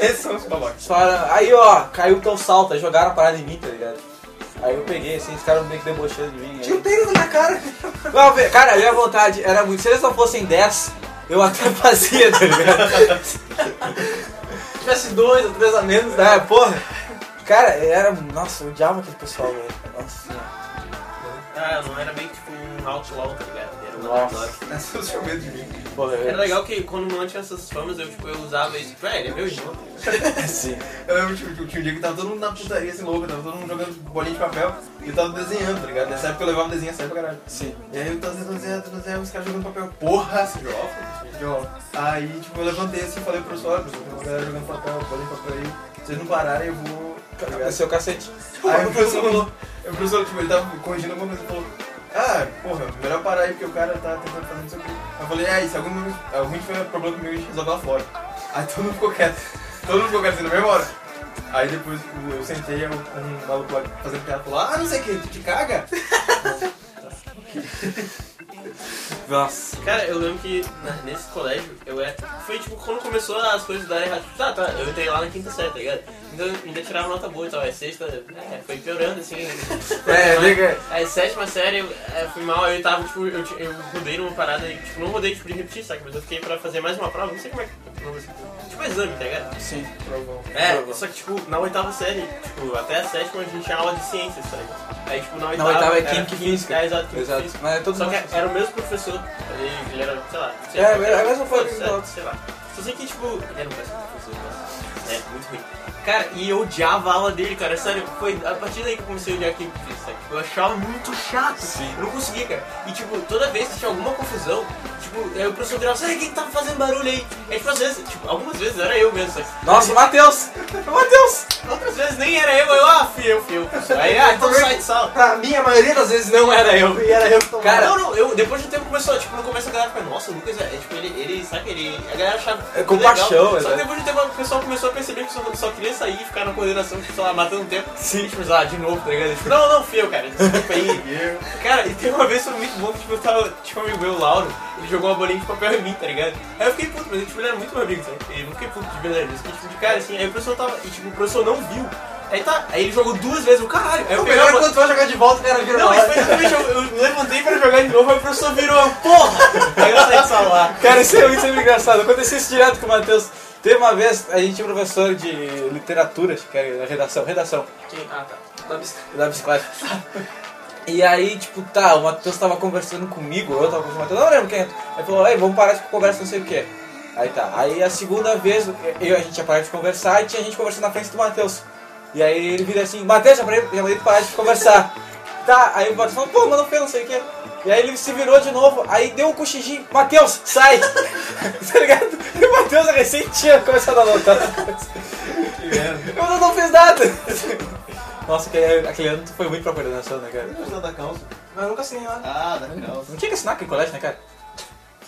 Esses são os babacas. Eles falaram, aí ó, caiu teu salto, aí jogaram a parada em mim, tá ligado? Aí eu peguei, assim, os caras meio que debochando de mim. Tinha um Aí. tênis na minha cara. Não, ve- cara, a minha vontade era muito. Se eles não fossem 10, eu até fazia, tá ligado? Se tivesse dois ou três a menos, né? é, porra. Cara, era. Nossa, eu odiava aquele pessoal, velho. Nossa senhora. Ah, não era bem tipo um outlaw, tá ligado? Era um Nossa. outlaw. Essa é o seu medo de mim. Porra, Era eu. legal que quando não tinha essas famas, eu, tipo, eu usava isso. Tipo, é, ele é meu irmão. Sim. Eu lembro tipo, que tinha um dia que tava todo mundo na putaria assim louco, tava todo mundo jogando bolinha de papel e eu tava desenhando, tá ligado? Nessa época eu levava um desenho a sério pra caralho. Sim. E aí eu tava desenhando, desenhando, os caras jogando papel. Porra, você joga? Joga. Aí tipo, eu levantei assim e falei pro professor, "Olha, professor, tem uma galera jogando papel, bolinha de papel aí, se vocês não pararem eu vou. tá ligado?" Aconteceu o cacete. Aí o professor falou, aí o professor, tipo, ele tava corrigindo alguma coisa e falou, ah, porra, melhor parar aí porque o cara tá tentando fazer não sei o quê. Aí eu falei, ah, e se algum, algum tiver problema comigo, a gente resolve lá fora. Aí todo mundo ficou quieto, todo mundo ficou quieto assim, na mesma hora. Aí depois tipo, eu sentei, eu, um maluco lá fazendo piada falou, ah, não sei o que, tu te caga? Nossa. Cara, eu lembro que na- nesse colégio, eu era. Foi tipo quando começou as coisas darem errado. Tipo, tá, tá, eu entrei lá na quinta série, tá ligado? Então eu ainda tirava nota boa e tal. É sexta, é, foi piorando assim. É, liga. Aí sétima série, eu é, fui mal, eu tava, tipo, eu, ti- eu rodei numa parada e, tipo, não rodei tipo, de repetir, saca? Mas eu fiquei pra fazer mais uma prova, não sei como é que. não- Tipo, exame, tá ligado? Sim. É, só que tipo, na oitava série, tipo, até a sétima a gente tinha aula de ciências, tá ligado? Aí tipo, na Na oitava. oitava é era química e física. É, exato, química e Exato. física. Mas é todo Só mundo. que era o mesmo professor, ele, ele era, sei lá. É, era a mesma coisa que sei, eu tava- sei lá. Só sei que, tipo, ele era um péssimo professor, nossa. É, muito ruim. Cara, e eu odiava a aula dele, cara. Sério, foi a partir daí que eu comecei a odiar aquele professor, sabe? Tipo, eu achava muito chato. Eu não conseguia, cara. E, tipo, toda vez que tinha alguma confusão, tipo, aí o professor virava, sabe quem tá fazendo barulho aí? Aí, tipo, às vezes, tipo, algumas vezes era eu mesmo, sabe? Nossa, Matheus! Matheus! Outras vezes nem era eu, eu, ah, fui eu, fui eu. Aí, ah, então sai de sala. Pra mim, a maioria das vezes não era eu. E era eu que tomava. Cara, não, não, eu, depois de um tempo começou, tipo, no começo a galera fica, nossa, o Lucas, é, é, tipo, ele, ele, sabe, ele, a galera achava É muito compaixão, legal. Só que né? depois de um tempo o pessoal começou a perceber que só, só queria sair e ficar na coordenação, tipo, sei lá, matando tempo. Sim. Tipo, sei lá, de novo, tá ligado? Tipo, não, não, fui eu, cara, desculpa aí. cara, e tem uma vez que foi muito bom que, tipo, eu tava, tipo, um amigo meu, o Lauro, ele jogou uma bolinha de papel em mim, tá ligado? Aí eu fiquei puto, mas, tipo, ele era muito meu amigo, sabe? Eu não fiquei puto de verdade, eu fiquei, tipo, de cara, assim, aí o professor tava, e, tipo, o professor não viu. Aí tá, aí ele jogou duas vezes, o caralho. Aí eu O peguei a melhor é bola- quando tu vai jogar de volta, o cara vira não, pra mas lá. foi exatamente, eu, eu levantei pra jogar de novo, aí o professor virou, eu, porra! Aí eu saí de sala lá. Cara, isso é muito engraçado. Aconteceu isso direto com o Matheus. Teve uma vez, a gente tinha um professor de literatura, acho que era redação, redação, Quem? Ah, tá. Da bicicleta. da bicicleta. E aí, tipo, tá, o Matheus tava conversando comigo, eu tava conversando com o Matheus, não lembro quem é. Aí falou, ei, vamos parar de conversa, não sei o quê. Aí tá, aí a segunda vez, eu, a gente ia parar de conversar e tinha gente conversando na frente do Matheus. E aí ele vira assim, Matheus, já parei, já mandei tu parar de conversar. tá, aí o Matheus falou, pô, mano, feio, não sei o quê. E aí ele se virou de novo, aí deu um cochilinho, Matheus, sai! tá ligado? E o Matheus é recém tinha começado a notar. eu não, não fiz nada! Nossa, aquele, aquele ano tu foi muito pra coordenação, né, cara? da calça. Mas eu nunca sei, né? Ah, da calça. Não tinha que assinar aquele colégio, né, cara?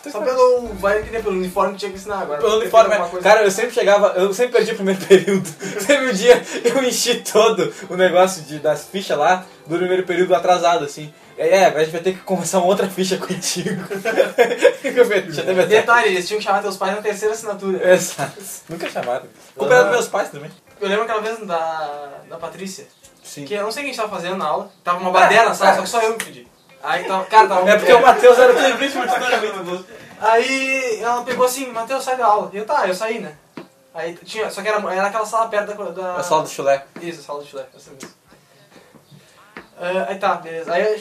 Só pelo. Vai que nem pelo uniforme que tinha que ensinar agora. Pelo Tem que uniforme, ter alguma coisa. cara, eu sempre chegava, eu sempre perdi o primeiro período. Teve um dia, eu enchi todo o negócio de, das fichas lá do primeiro período atrasado, assim. E aí, É, a gente vai ter que conversar uma outra ficha contigo. Já teve até. Detalhe, eles tinham que chamar teus pais na terceira assinatura. Exato. Nunca é chamaram. Comprado meus pais também. Eu lembro aquela vez da, da Patrícia, Sim. que eu não sei quem estava fazendo na aula, tava uma baderna, sabe? Só que só eu que pedi. Aí tava, cara, tava É porque o Matheus era o Lembrei de uma história muito boa. Aí ela pegou assim, Matheus, sai da aula. E eu, tá, eu saí, né? Aí tinha, só que era, era aquela sala perto da... da A sala do chulé. Isso, a sala do chulé, essa mesmo. Ah, aí tá, beleza. Aí, eu,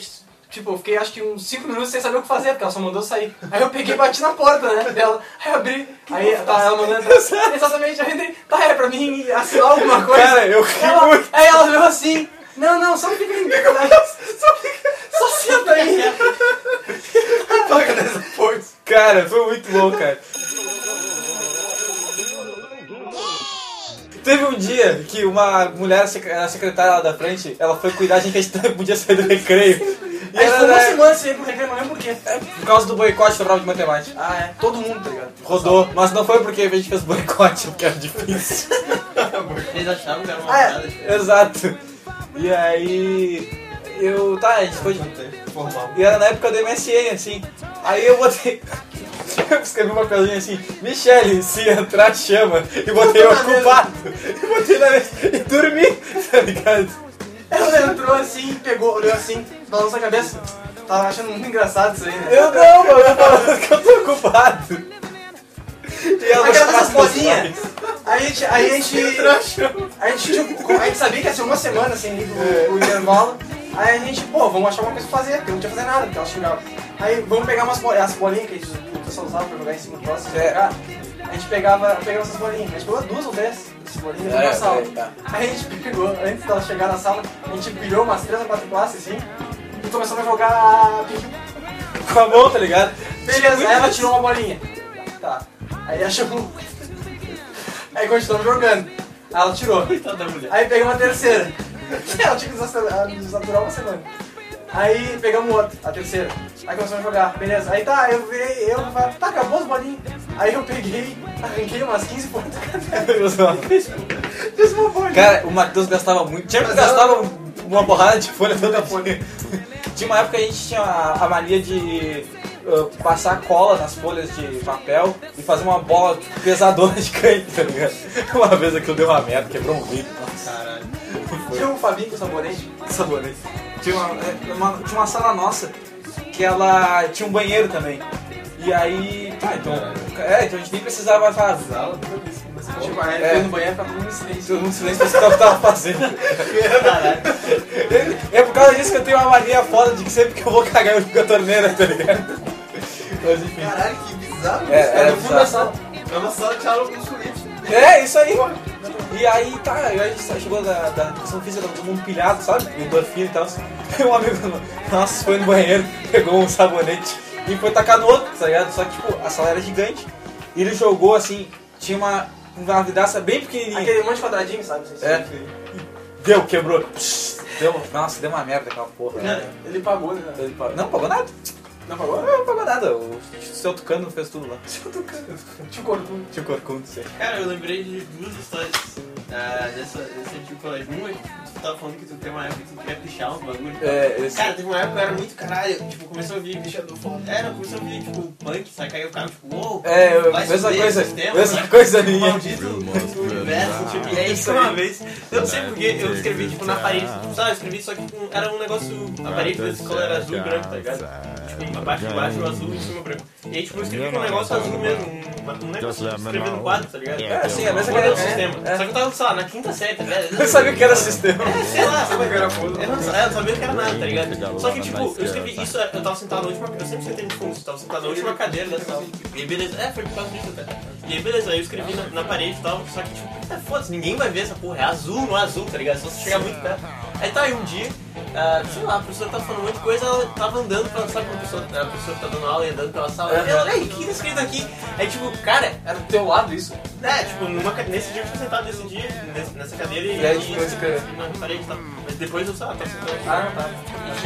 tipo, eu fiquei acho que uns 5 minutos sem saber o que fazer, porque ela só mandou eu sair. Aí eu peguei e bati na porta, né, dela. Aí eu abri, aí, tá, ela mandou entrar. Exatamente, eu entrei, tá, é pra mim assinar alguma coisa. Cara, eu ri Ela- muito. Aí ela veio assim. Não, não, só fica aí. Só fica. Só senta aí. Cara, foi muito bom, cara. Teve um dia que uma mulher, sec- a secretária lá da frente, ela foi cuidar, a gente a gente não podia sair do recreio. E Aí ela ficou uma era- É, semana sem ir pro recreio, não lembro por quê. por causa do boicote da prova de matemática. Ah, é. Todo mundo, tá ligado? Rodou, mas não foi porque a gente fez boicote, porque era difícil. Eles achavam que era uma Ah, é. piada. tipo, Exato. E aí. Eu. Tá, a gente foi. de- Formal. E era na época do MSN, assim. Aí eu botei. Eu escrevi uma coisinha assim, Michele, se entrar, chama. E botei ocupado. E botei na mesa. E dormi, tá ligado? Ela entrou assim, pegou, olhou assim, balançou a cabeça. Tava achando muito engraçado isso aí, né? Eu não, mano, eu tô falando que eu tô ocupado. E ela Aquela dessas "Ah, meus bolinhas. Aí a gente. Aí a gente. A gente, tinha- a gente sabia que ia ser uma semana sem ir pro, pro intervalo. Aí a gente, pô, vamos achar uma coisa pra fazer, porque não tinha fazer nada, porque ela chegava. Aí vamos pegar umas bolinhas, as bolinhas que a gente o pessoal usava pra jogar em cima do próximo. É. jogar. A gente pegava, pegava essas bolinhas, a gente pegou duas ou dez dessas bolinhas É, na sala. é, tá. Aí a gente pegou, antes dela chegar na sala, a gente pilhou umas três ou quatro classes assim, e começamos a jogar pique pais." Com a mão, tá ligado? Beleza, aí ela tirou uma bolinha. Tá. Aí achou um. Aí continuamos jogando. Aí ela tirou. Coitada da mulher. Aí pegamos a terceira. Ela tinha que desastra- desaturar uma semana. Aí pegamos outra, a terceira. Aí começamos a jogar, beleza. Aí tá, eu virei, eu falei, tá, acabou as bolinhas. Aí eu peguei, arranquei umas 15 pontos do caderno, fiz uma bolinha. Cara, o Matheus gastava muito. Tinha que gastava uma porrada de folha toda folha. Tinha uma época que a gente tinha a a mania de uh, passar cola nas folhas de papel e fazer uma bola tipo, pesadona de canto, tá ligado? Uma vez aquilo deu uma merda, quebrou um vidro. Nossa, Tinha um Fabinho com sabonete. que sabonete. Tinha uma, é, uma- tinha uma sala nossa que ela tinha um banheiro também. E aí. Tá, então. É, então a gente nem precisava fazer. Tipo, aí ele É. foi no banheiro e ficava todo mundo em silêncio. Todo mundo silêncio pra o que tava fazendo. é por causa disso que eu tenho uma mania foda de que sempre que eu vou cagar eu fico a torneira, tá ligado? Mas enfim. Caralho, que bizarro. É, era no fundo da bizarro. sala. É uma sala de aula com suíte. É, isso aí. E aí, tá, aí a gente chegou da, da educação física, tava todo mundo pilhado, sabe? E Endorfina e tal. Aí um amigo meu, nossa, foi no banheiro, pegou um sabonete e foi tacar no outro, tá ligado? Só que, tipo, a sala era gigante. E ele jogou, assim, tinha uma, uma vidraça bem pequenininha. Aquele um monte de quadradinho, sabe? Vocês É. Deu, quebrou. Deu, nossa, deu uma merda aquela porra. né? Ele pagou, né? Ele pagou- Não pagou nada? Não pagou? Não pagou nada. O seu tucano fez tudo lá. Tio Corcunda. Tinha o corcunto, sei. Cara, eu lembrei de duas histórias ah, dessa, desse tipo. Uma, tu tava falando que tu tem uma época que tu quer pichar um bagulho. É, esse. Cara, teve uma época que eu era muito caralho, tipo, começou a vir pichador foda. Era, começou a vir, tipo, punk, saca? Aí eu ficava, tipo, uou, É, eu- vai mesma fuder coisa, esses tempos, mesma né? coisa o minha. maldito do universo, tipo, e aí Isso isso aí. uma vez. Eu não sei porque eu escrevi, tipo, na parede, tipo, sabe? Eu escrevi, só que com- era um negócio, a parede da escola era azul e branco, tá ligado? Tipo, abaixo de baixo, azul, em cima branco. E aí, tipo, eu escrevi com um negócio azul mesmo, um, um negócio tipo, escrevendo no quadro, tá ligado? É, assim, a mesma Qual era o coisa. sistema? Só que eu tava, sei lá, na quinta série, tá ligado? Eu sabia que era sistema. É, sei lá, sabe que era foda. Eu não sa- eu não sabia que era nada, tá ligado? Só que, tipo, eu escrevi isso, eu tava sentado na última Eu sempre sentei no fundo, eu tava sentado na última cadeira da sala. E aí, beleza, é, foi por causa disso até. E aí, beleza, aí eu escrevi na, na parede e tal, só que, tipo, é foda-se, ninguém vai ver essa porra, é azul, não é azul, tá ligado? Só se chegar muito perto. Aí tá, aí um dia, ah, sei lá, a professora tava falando um monte de coisa, ela tava andando, pra, sabe quando a pessoa, a professora tá dando aula e andando pela sala? Ela, olha aí, o que tá escrito aqui? Aí, tipo, cara, Era do teu lado isso? é, tipo, numa ca- nesse dia eu fui sentado nesse dia, nesse- nessa cadeira e. E aí, tipo, eu escrevi. na parede e tal. Mas depois eu sei lá, tava sentado aqui. Ah, tá.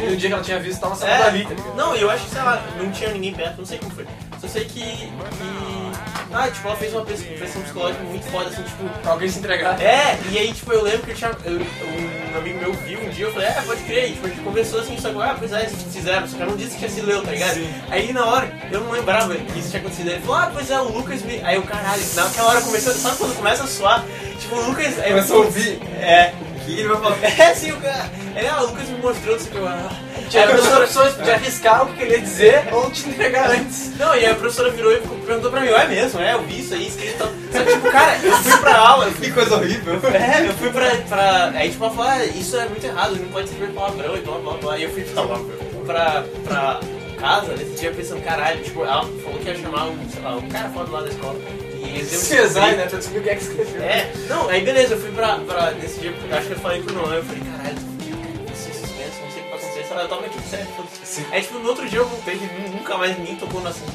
E no dia que ela tinha visto, tava saindo É, dali, tá ligado? não, eu acho que, sei lá, não tinha ninguém perto, não sei como foi. Só sei que. que- Ah, tipo, ela fez uma press- pressão psicológica muito foda, assim, tipo. Pra alguém se entregar. É, e aí, tipo, eu lembro que eu tinha. eu- um amigo meu viu um dia, eu falei, ah, pode crer. E, tipo, a gente conversou assim, só que, ah, pois é, vocês fizeram, só que eu não disse que tinha sido eu, tá ligado? Aí na hora, eu não lembrava que isso tinha acontecido. Ele falou, ah, pois é, o Lucas me. Aí eu, caralho, naquela hora começou, sabe quando começa a suar? Tipo, o Lucas. Aí, Começou a ouvir. É. E ele vai falar, é assim, o cara. Ele, ah, o Lucas me mostrou, não sei o que, eu, ah. Tinha Aí a duas professora- opções, podia arriscar o que ele ia dizer ou te entregar antes. não, e aí a professora virou e ficou- perguntou pra mim, é mesmo, é, eu vi isso aí, escrito e tal. Só que, tipo, cara, eu fui pra aula, eu fui, Que coisa horrível. é, eu fui pra, pra... Aí, tipo, ela falou, ah, isso é muito errado, não pode escrever palavrão e blá, blá, blá. E eu fui pra, pra, pra casa, nesse dia, pensando, caralho, tipo, ela falou que ia chamar um, sei lá, um cara foda lá da escola. E eles iam Cesar, né? Pra descobrir quem é que escreveu. é, não, aí beleza, eu fui pra, pra nesse dia, porque eu acho que eu falei pro Nolan, eu falei, caralho, eu fiquei suspenso, não sei o que vai acontecer, sei lá, eu tava tipo sério. foda-se. Aí tipo, no outro dia eu voltei e nu- nunca mais ninguém tocou no assunto.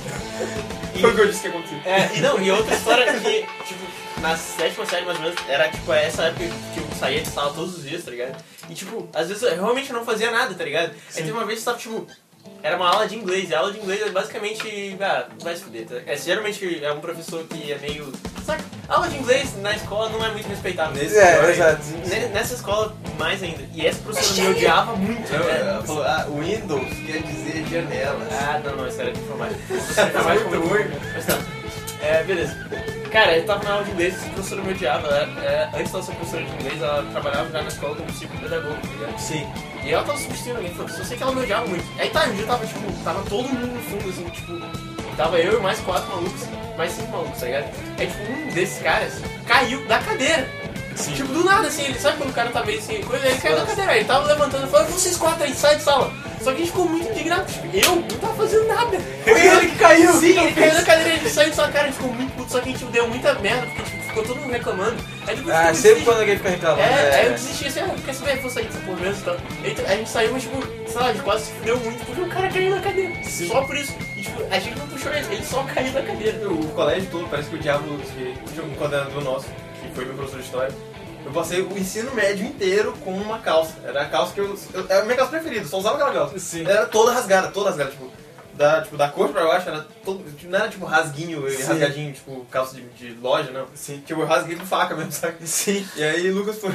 E, Foi o que eu disse que aconteceu. é, e não, e outra história que, tipo, na sétima série mais ou menos, era tipo essa época que eu saía de sala todos os dias, tá ligado? E tipo, às vezes eu realmente não fazia nada, tá ligado? Aí teve uma vez que tava tipo. Era uma aula de inglês, e a aula de inglês é basicamente. Ah, vai se fuder. Tá? É, geralmente é um professor que é meio. Saca? Aula de inglês na escola não é muito respeitada. É, exato. Ne- Nessa escola, mais ainda. E essa professora me odiava muito. Eu- né? é, Ela falou, ah, Windows quer dizer janelas. Ah, não, não, isso era de informática. Isso era de informática Muito comigo. Mas tá. É, beleza. Cara, eu tava na aula de inglês, a professora me odiava. Ela, é, antes dela ser professora de inglês, ela trabalhava já na escola como psicopedagoga, tá ligado? Sim. E ela tava substituindo alguém, falou, eu sei que ela me odiava muito. Aí tá, um dia tava, tipo, tava todo mundo no fundo, assim, tipo, tava eu e mais quatro malucos, mais cinco malucos, tá ligado? Aí, tipo, um desses caras caiu da cadeira. Tipo, do nada, assim, ele sabe quando o cara tá meio assim, coisa, ele caiu da cadeira, ele tava levantando e falou, vocês quatro aí, sai de sala. Só que a gente ficou muito indignado, tipo, eu não tava fazendo nada. Foi ele que caiu! Sim, ele caiu na cadeira, ele saiu de sua cara, ele ficou muito puto, só que a gente deu muita merda, porque tipo, ficou todo mundo reclamando. Aí depois Ah, eu sempre desisti. quando alguém fica reclamando. É, aí eu É, desisti assim, ah, quer saber, vou sair dessa porra mesmo e tal. Aí, t- a gente saiu, mas tipo, sei lá, a gente quase se fudeu muito porque o cara caiu na cadeira. Só por isso. E tipo, a gente não puxou ele, ele só caiu na cadeira. O colégio todo, parece que o diabo, que tinha um coordenador nosso, que foi meu professor de história, eu passei o ensino médio inteiro com uma calça. Era a calça que eu. eu- era a minha calça preferida, só usava aquela calça. Sim. Era toda rasgada, toda rasgada, tipo. Da, tipo, da cor pra baixo, era todo, tipo, não era tipo rasguinho, Sim. rasgadinho, tipo calça de, de loja, não. Sim. Tipo, eu rasguei com faca mesmo, sabe? Sim. E aí o Lucas foi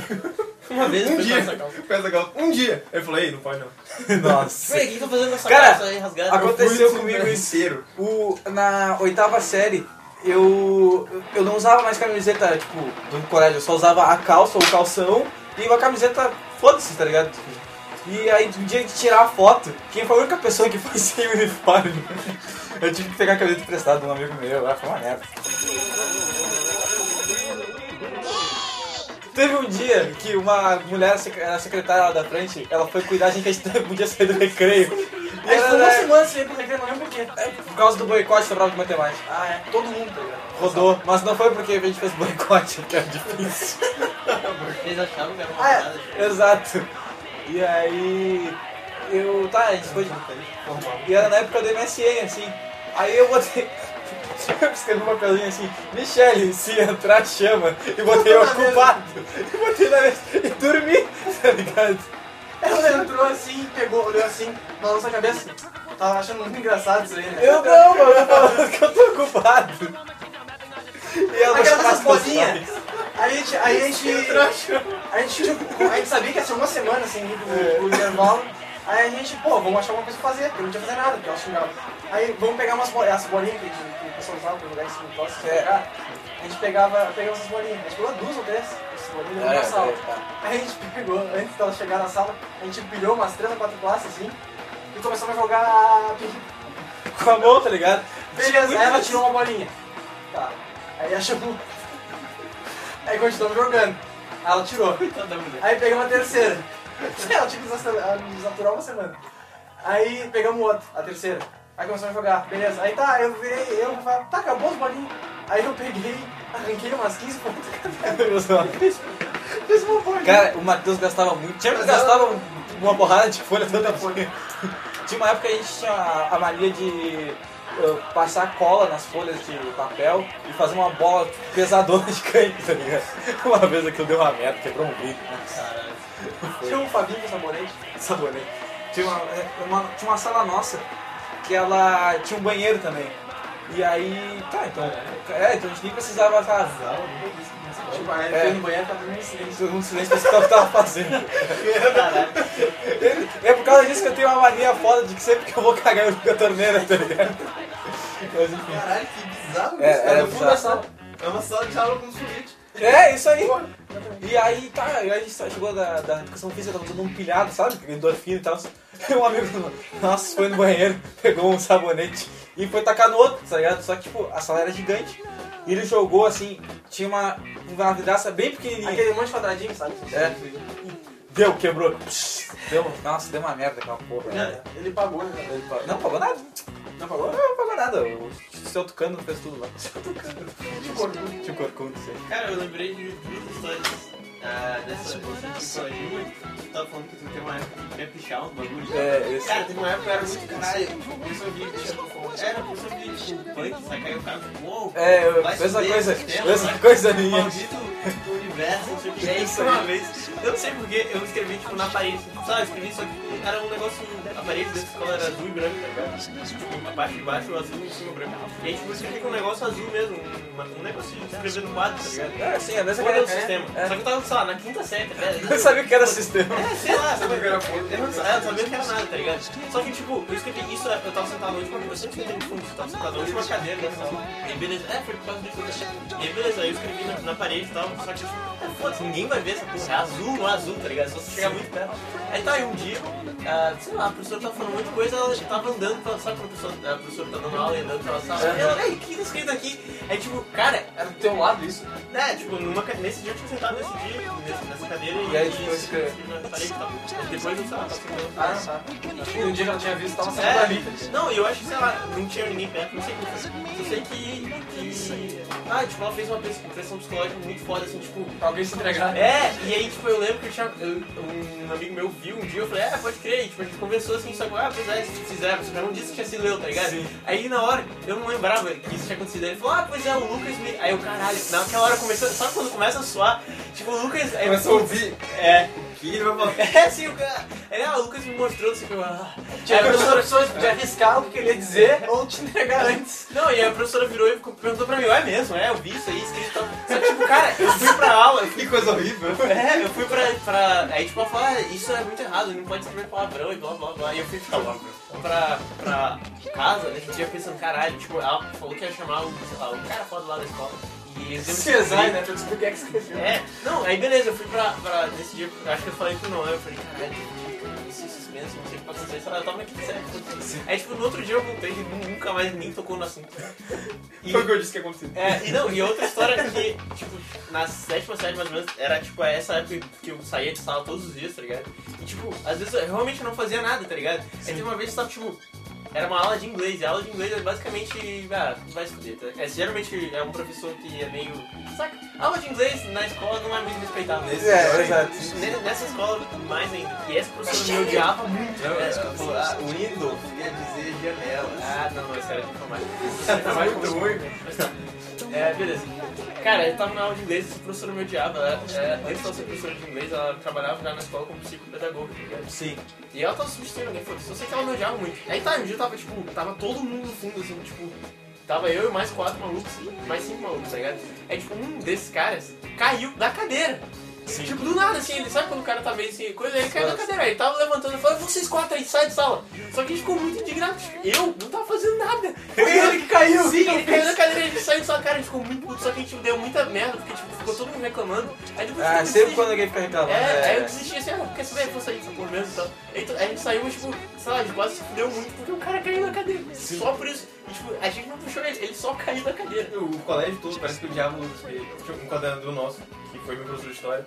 Uma vez um eu dia, essa calça. com essa calça, um dia. Ele falou, ei, não pode não. Nossa. Ué, o que tá fazendo com essa Cara, calça aí rasgada? agora- Eu Aconteceu fui o ensino comigo médio isso. inteiro. O, na oitava série, eu, eu não usava mais camiseta, tipo, do colégio. Eu só usava a calça ou calção e uma camiseta, foda-se, tá ligado? E aí, um dia de tirar a foto, quem foi a única pessoa que foi sem uniforme? Eu tive que pegar a camiseta emprestada de um amigo meu, lá foi uma merda. Teve um dia que uma mulher, sec- era secretária lá da frente, ela foi cuidar, a gente que a gente não podia sair do recreio. A gente ficou uma semana sem ir pro recreio, não lembro por quê. É por causa do boicote da prova de matemática. Ah, é. Todo mundo, tá ligado? Rodou, mas não foi porque a gente fez boicote, que era difícil. Eles achavam que era uma Ah, é. parada. Exato. E aí. Eu. Tá, a gente foi de. E era na época do MSN, assim. Aí eu botei. Eu escrevi uma coisinha assim, Michele, se entrar, chama. E botei Na ocupado. E botei na mesa. E dormi, tá ligado? Ela entrou assim, pegou, olhou assim, balançou a cabeça. Eu tava achando muito engraçado isso aí, né? Eu não, mano, eu falo que eu tô ocupado. E ela não Aí gravou essas faz bolinhas. Aí a gente. Aí a gente. A gente, tipo, a gente sabia que ia ser uma semana assim, pro, pro intervalo. Aí a gente, pô, vamos achar alguma coisa pra fazer, porque não tinha fazer nada, porque eu acho que não. Aí vamos pegar umas bolinhas, as bolinhas que, que o pessoal usava pra jogar em cima do poste, pra jogar. A gente pegava, pegava essas bolinhas. A gente pegou duas ou três essas É, bolinhas na sala. Aí a gente pegou, antes dela chegar na sala, a gente pilhou umas três ou quatro classes assim e começamos a jogar a pingue Com a mão, tá ligado? Beleza, aí Tipo, ela tirou uma bolinha. Tá. Aí ela chamou. Aí continuamos jogando. Aí ela tirou. Aí pegamos a terceira. Ela tinha que desastra- desaturar uma semana. Aí pegamos outra, a terceira. Aí começamos a jogar, beleza. Aí tá, eu virei, eu falei, tá, acabou as bolinhas. Aí eu peguei, arranquei umas 15 pontos. Fiz uma bolinha. Cara, o Matheus gastava muito. Tinha que gastava uma porrada de folha toda folha. Tinha uma época que a gente tinha a a mania de uh, passar cola nas folhas de papel e fazer uma bola pesadona de canto, tá ligado? Uma vez aquilo deu uma merda, quebrou um vidro. Tinha um Fabinho com sabonete. Sabonete. Tinha uma, é, uma- tinha uma sala nossa que ela tinha um banheiro também. E aí, tá, então. É, então a gente nem precisava estar. Tipo, aí É. ele foi no tá banheiro, tava meio em silêncio. Todo mundo um silêncio pra saber o que eu tava fazendo. É por causa disso que eu tenho uma mania foda de que sempre que eu vou cagar eu ligo a torneira, tá ligado? Mas enfim. Caralho, que bizarro É, isso, cara. era Eu fui bizarro. na sala. É uma sala de aula com foguete. É, isso aí. E aí, tá, e aí a gente só chegou da, da educação física, tava todo mundo pilhado, sabe? Com Endorfina e tal. E um amigo nosso foi no banheiro, pegou um sabonete e foi tacar no outro, tá ligado? Só que, tipo, a sala era gigante. E ele jogou, assim, tinha uma, uma vidraça bem pequenininha. Aquele monte de quadradinho, sabe? É. Deu, quebrou. Deu, nossa, deu uma merda aquela porra. né? É. Ele pagou, né? Ele pagou- Não pagou nada. Não pagou? Não pagou nada. O seu tucano fez tudo lá. Seu tucano. De corpo. Tinha o corcunda, sei. Cara, eu lembrei de duas histórias ah, dessa dessa Dilma. Tu tava falando que tu tem uma época que quer pichar uns bagulhos. É, esse. Cara, teve uma época que eu era muito caralho. Professor de tipo, era professor de tipo, punk, saca? Aí o cara ficou, uou, É, eu- vai mesma fuder, coisa, sistema, mesma né? coisa minha. Maldito do universo, não sei o que. É isso uma vez. Eu não sei porque eu escrevi tipo na parede. Sabe, eu escrevi só que era um negócio. A parede da escola era azul e branco, tá ligado? Tipo, abaixo e baixo, azul e cima branco. E aí tipo, eu escrevi com um negócio azul mesmo, um, um negócio de escrever no quadro, tá ligado? É, sim, a mesma Qual era o coisa. sistema? É. Só que eu tava, sei lá, na quinta série, tá ligado? Eu sabia que era sistema. É, sei lá, sabe? Eu não sa- Ah, eu não sabia que era nada, tá ligado? Só que, tipo, eu escrevi isso, eu tava sentado na última, eu sempre escrevi no fundo, eu tava sentado na última cadeira da sala. E aí, beleza, é, foi por causa disso que eu deixei. E aí, beleza, aí eu escrevi na, na parede e tal, só que, tipo, é, foda-se, ninguém vai ver essa porra, é azul, não é azul, tá ligado? Só se chegar muito perto. Aí tá, aí um dia, ah, sei lá, a professora tava falando um monte de coisa, ela tava andando, pela, sabe quando a professora, a professora tá dando aula e andando pela sala? E ela, ei, o que tá escrito aqui? Aí, tipo, cara, Era do teu lado isso. né, tipo, numa, ca- nesse dia eu tinha sentado nesse dia, nesse- nessa cadeira e, E aí, tipo, esse cara- na parede e tal. Depois eu sei lá, tava sentado. Ah, tá. Acho que no dia que ela tinha visto, tava saindo ali. É, não, eu acho que, sei lá, não tinha ninguém perto, não sei o que foi. Só sei que, que. Ah, tipo, ela fez uma pres- pressão psicológica muito foda, assim, tipo. Pra alguém se entregar. É, e aí, tipo, eu lembro que eu tinha. eu- um amigo meu viu um dia, eu falei, ah, pode crer, e, tipo, a gente conversou assim, só que, ah, pois é, vocês fizeram, só que eu não disse que tinha sido eu, tá ligado? Aí na hora, eu não lembrava que isso tinha acontecido. Aí ele falou, ah, pois é, o Lucas me. Aí eu, caralho, naquela hora começou, sabe quando começa a suar? Tipo, o Lucas. Aí, Começou a ouvir. É, Que ele vai falar. é assim, o cara. Ele, ah, o Lucas me mostrou, não sei o que, eu, ah. Tipo, Aí Tinha a duas professora- opções de arriscar o que queria dizer ou te entregar antes. Não, e a professora virou e ficou- perguntou pra mim, é mesmo, é, eu vi isso aí, escrito e tal. Só que, tipo, cara, eu fui pra aula, eu fui, Que coisa horrível. é, eu fui pra, pra- Aí, tipo, ela falou, ah, isso é muito errado, não pode escrever palavrão e blá, blá, blá. E eu fui pra, pra, pra casa, né, nesse dia, pensando, caralho, tipo, ela falou que ia chamar o, sei lá, o cara foda lá da escola. E eles iam Cesar, né? Pra descobrir quem é que escreveu. é, não, aí beleza, eu fui pra, pra nesse dia, acho que eu falei que não, eu falei, caralho, eu fiz suspenso, não sei o que aconteceu, sei lá, eu tava aqui, sério, aí tipo, no outro dia eu voltei e nu- nunca mais nem tocou no assunto. E, Foi o que eu disse que aconteceu. é, e não, e outra história que, tipo, na sétima série, mais ou menos, era tipo essa época que eu saía de sala todos os dias, tá ligado? E tipo, às vezes eu realmente não fazia nada, tá ligado? Aí teve uma vez que tava tipo. Era uma aula de inglês, e a aula de inglês é basicamente. Ah, vai se fuder, tá? É, geralmente é um professor que é meio. Saca? Aula de inglês na escola não é muito respeitável. Nesse É, exato. Ne- Nessa escola, mais ainda. E essa professora me odiava muito. É, tipo, a- O Windows ia dizer janela. Ah, não, esse era de informática. Tá mais ruim. É, beleza. Cara, eu tava na aula de inglês, essa professora me odiava. Ela, é, antes de ela ser professora de inglês, ela trabalhava já na escola como psicopedagoga. tá ligado? Sim. E ela tava substituindo alguém, foda-se. Eu sei que ela me odiava muito. Aí tá, um dia eu tava, tipo, tava todo mundo no fundo, assim, tipo... Tava eu e mais quatro malucos, mais cinco malucos, tá ligado? Aí, tipo, um desses caras caiu da cadeira. Tipo, do nada, assim, ele sabe quando o cara tá meio assim, coisa, ele caiu da cadeira. Aí ele tava levantando e falou, vocês quatro aí, sai de sala. Só que a gente ficou muito indignado. tipo, Eu não tava fazendo nada. Foi ele que caiu. Sim, ele caiu da cadeira, ele saiu de sua cara, a gente ficou muito puto. Só que a gente deu muita merda, porque, tipo, ficou todo mundo reclamando. Aí depois... Ah, ficou sempre triste. quando alguém fica reclamando. É, aí eu é. desisti assim, ah, quer saber? Vou sair por mesmo e tal. Então, a gente saiu, mas, tipo, sei lá, a gente quase se fudeu muito porque o cara caiu na cadeira. Só por isso. E, tipo, a gente não puxou ele, ele só caiu da cadeira. O colégio todo parece que o diabo tinha um coordenador nosso, que foi meu professor de história.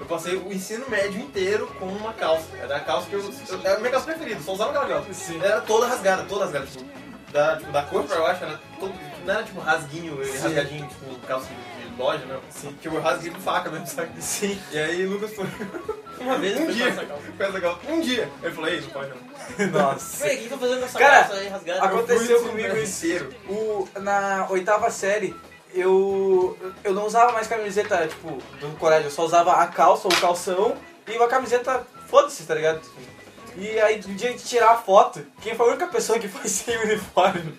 Eu passei o ensino médio inteiro com uma calça. Era a calça que eu. eu- era a minha calça preferida, só usava aquela calça. Era toda rasgada, toda rasgada, tipo. Da, tipo, da cor pra baixo, era todo, não era tipo rasguinho, rasgadinho, tipo calça de, de loja, não. Sim. Tipo, eu rasguei com faca mesmo, sabe? Sim. E aí o Lucas foi Uma vez um ele dia, foi pra essa calça. com essa calça. Um dia. Eu falei, ei, não pode não. Nossa. Peraí, o que que tá fazendo com essa Cara, calça aí rasgada? Aconteceu Fui o ensino comigo médio isso. inteiro. O, na oitava série, eu, eu não usava mais camiseta, tipo, do colégio. Eu só usava a calça ou o calção e uma camiseta, foda-se, tá ligado? E aí, no dia de tirar a foto, quem foi a única pessoa que foi sem uniforme?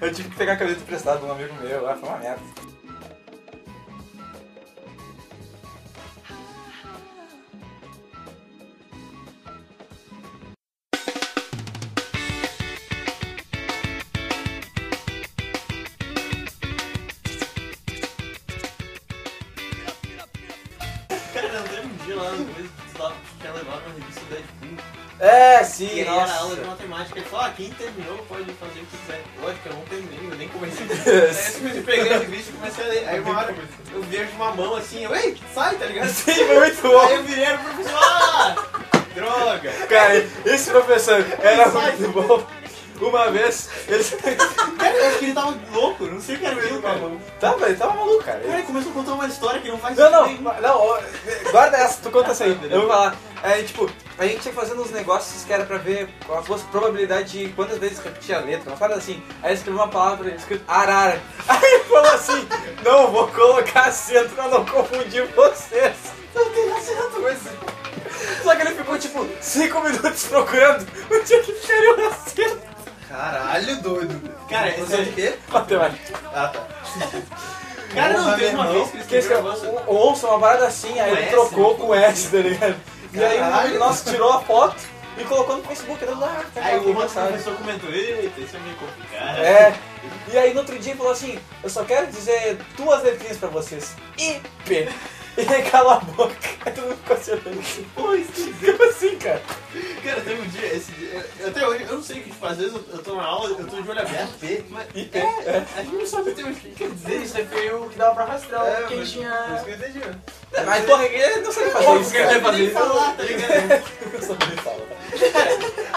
Eu tive que pegar a camiseta emprestada de um amigo meu, ah, foi uma merda. Cara, eu lembro um dia lá no começo que estudava, tinha levado uma revista do Deadpool. É, sim, E aí era aula de nossa. matemática. Ele falou, ah, quem terminou pode fazer o que quiser. Lógico, eu não terminei, eu nem comecei. Aí eu peguei a revista e comecei a ler. Aí uma hora eu vejo uma mão assim, eu, ei, sai, tá ligado? Sim, foi muito bom. Aí eu virei pro professor, ah, droga. Cara, esse professor era muito bom. Uma vez, ele... Cara, eu acho que ele tava louco, não sei o que era aquilo, cara. Tava, ele Tá, tava maluco, cara. Cara, ele começou a contar uma história que não faz Não, não, sentido ma- não, ó, guarda essa, tu conta essa aí, eu vou falar. É, tipo, a gente ia fazendo uns negócios que era pra ver qual fosse a probabilidade de quantas vezes repetia a letra, uma parada assim. Aí escreveu uma palavra escrito arara. Aí ele falou assim, não vou colocar acento pra não confundir vocês. Não tem acento, mas... Só que ele ficou, tipo, 5 minutos procurando onde é que ficaria o acento. Caralho, doido. Cara, Você é de quê? Matemática. Ah, tá. Cara, não, Porra, teve uma meu vez que ele Que esse é escreveu um negócio. o- ouça uma parada assim, aí Com ele S, trocou com S, tá ligado? E aí um amigo Caralho. nosso tirou a foto e colocou no Facebook. Ele, ah, tá Aí bom, o outro sabe? professor comentou, eita, isso é meio complicado. É. E aí no outro dia ele falou assim, eu só quero dizer duas letrinhas pra vocês. IP. E aí cala a boca. Aí todo mundo ficou assim, olhando assim. Pô, isso que ficou assim, cara. Cara, teve um dia, esse dia, eu- até hoje, eu não sei o que tipo, às vezes eu, eu tô na aula, eu tô de olho aberto, mas é, IP. a gente não sabe até hoje o que quer dizer. é Isso aí foi o que dava pra rastrear É, quem mas- tinha. Por isso que eu entendi. né? Mas porra, ele não sabe fazer isso, cara. fazer isso. falar, tá ligado? Eu sou muito fala.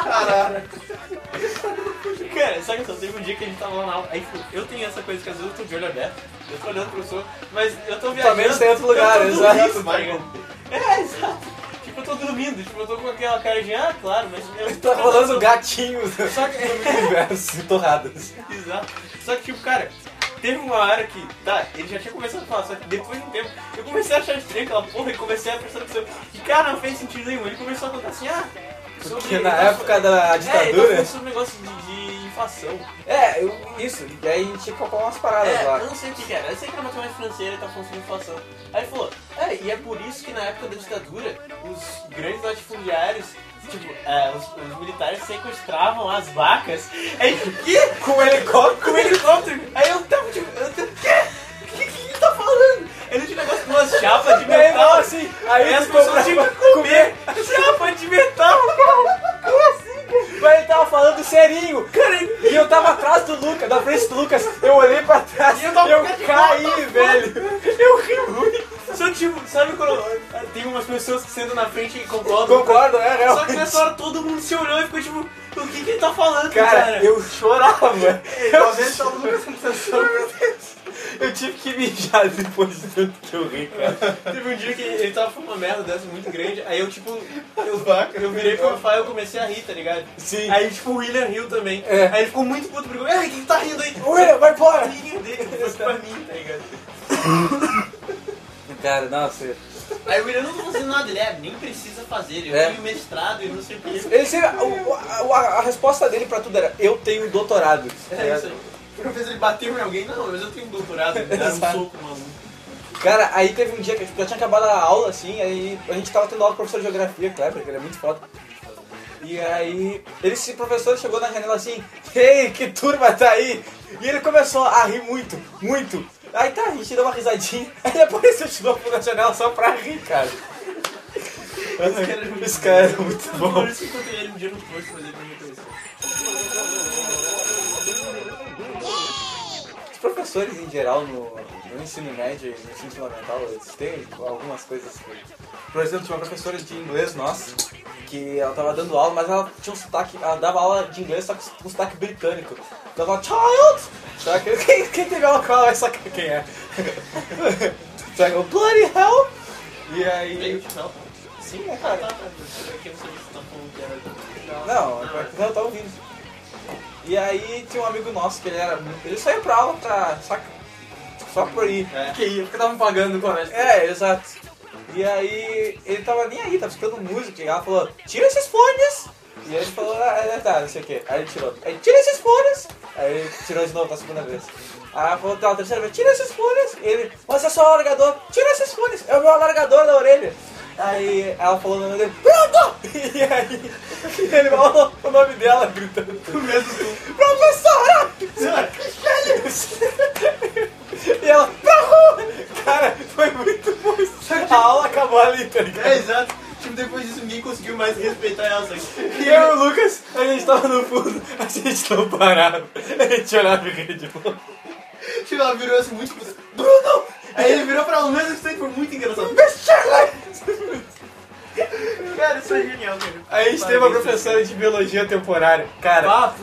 Cara, só que só teve um dia que a gente tava lá na aula, aí tipo, eu tenho essa coisa que às vezes eu tô de olho aberto, eu tô olhando pro professor, mas eu tô viajando. Talvez tenha outro lugar, eu tô exato. dormindo, tá ligado? É, exato. Tipo, eu tô dormindo, tipo, eu tô com aquela cara de, ah, claro, mas... Eu Tá rolando gatinhos no Só que... universo, torradas. Exato. Só que, tipo, cara, teve uma hora que, tá, ele já tinha começado a falar, só que depois de um tempo, eu comecei a achar estranho aquela porra e comecei a prestar atenção. E, cara, não fez sentido nenhum. Ele começou a contar assim, ah, sobre... Porque tá na época da tá É, ele tava ditadura... falando sobre um negócio de, de inflação. É, eu, isso. E aí a gente colocou umas paradas É, lá. eu não sei o que que era. Eu sei que era matemática financeira e tava tá falando sobre inflação. Aí ele falou, é, e é por isso que na época da ditadura, os grandes latifundiários, tipo, é, os, os militares sequestravam as vacas. Aí, o quê? Com helicóptero? com helicóptero. Aí eu tava tipo, eu tava, quê? O que, que ele tá falando? Ele tinha um negócio com umas chapas de E aí, metal. não, assim, aí Aí as as pessoas comprava tinham que comer chapa de metal, cara. Como assim, cara? Mas ele tava falando serinho. E eu tava atrás do Lucas, da frente do Lucas. Eu olhei pra trás E e eu tava eu ficando de caí, velho. Eu ri muito. tipo, Sabe quando ah, tem umas pessoas que sentam na frente e concordam? Concordo, é real. Só que nessa hora todo mundo se olhou e ficou tipo, o que que ele tá falando, cara? Cara, eu chorava. Talvez só no atenção. Eu tive que mijar depois do tanto que eu ri, cara. Teve um dia que ele tava falando uma merda dessa muito grande, aí eu tipo, eu, eu virei pro Rafael e comecei a rir, tá ligado? Sim. Aí tipo o William riu também. É. Aí ele ficou muito puto, brigou, ai, quem tá rindo aí? Ué, vai embora! Rindo dele, que fosse pra mim, tá ligado? Cara, nossa. Aí o William não tá fazendo nada, ele é, nem precisa fazer, eu É. tenho mestrado e não sei o que. Ele sempre, o- a, o- a resposta dele pra tudo era: eu tenho um doutorado. É isso aí. Uma vez ele bateu em alguém, não, mas eu tenho um doutorado, me dá um Exato. soco, maluco. Cara, aí teve um dia que tipo, já tinha acabado a aula, assim, aí a gente tava tendo aula com o professor de geografia, Kleber, que ele é muito foda. E aí, ele, esse professor chegou na janela assim, ei, que turma tá aí? E ele começou a rir muito, muito. Aí tá, a gente deu uma risadinha, aí ele apareceu de novo na janela só pra rir, cara. Esse cara é era muito Por bom. isso que eu encontrei ele um dia no posto, mas ele não me conheceu. Os professores em geral no, no ensino médio e no ensino fundamental, eles têm algumas coisas que. Por exemplo, tinha uma professora de inglês nossa, que ela tava dando aula, mas ela tinha um sotaque, ela dava aula de inglês só com um sotaque britânico. Então ela falava, child! Só que quem, quem teve aula com ela vai sacar quem é. Só que eu, bloody hell! E Veio aí. de tal. Sim, é Ah, cara. tá, tá. Aqui você tá falando que era. Não, é que não tá ouvindo. E aí tinha um amigo nosso que ele era. muito- Ele saiu pra aula pra. Saca, só por ir. Que ia, É. porque estavam pagando no colégio. É, exato. E aí ele tava nem aí, tava escutando música, e ela falou, tira esses fones! E ele falou, ah, é, tá, não sei o que. Aí ele tirou, aí tira esses fones! Aí ele tirou de novo pra segunda vez. Aí ela falou, tá, a terceira vez, tira esses fones! E ele, mas é só o alargador, tira esses fones, é o meu alargador da orelha! Aí ela falou o nome dele, pronto! E aí ele falou o nome dela gritando pro mesmo tom, professora! E ela, pra rua! Cara, foi muito bom. isso. A aula acabou ali, tá ligado? É, exato. Tipo, depois disso ninguém conseguiu mais respeitar ela, só que... E eu e o Lucas, a gente tava no fundo, a gente não parava. A gente olhava e ria de boa. Tipo, ela virou assim muito... tipo, Bruno! Aí ele virou pra ela no mesmo instante, foi muito engraçado. Cara, isso é genial, cara. Aí a gente teve uma professora de biologia temporária. Cara, Papo,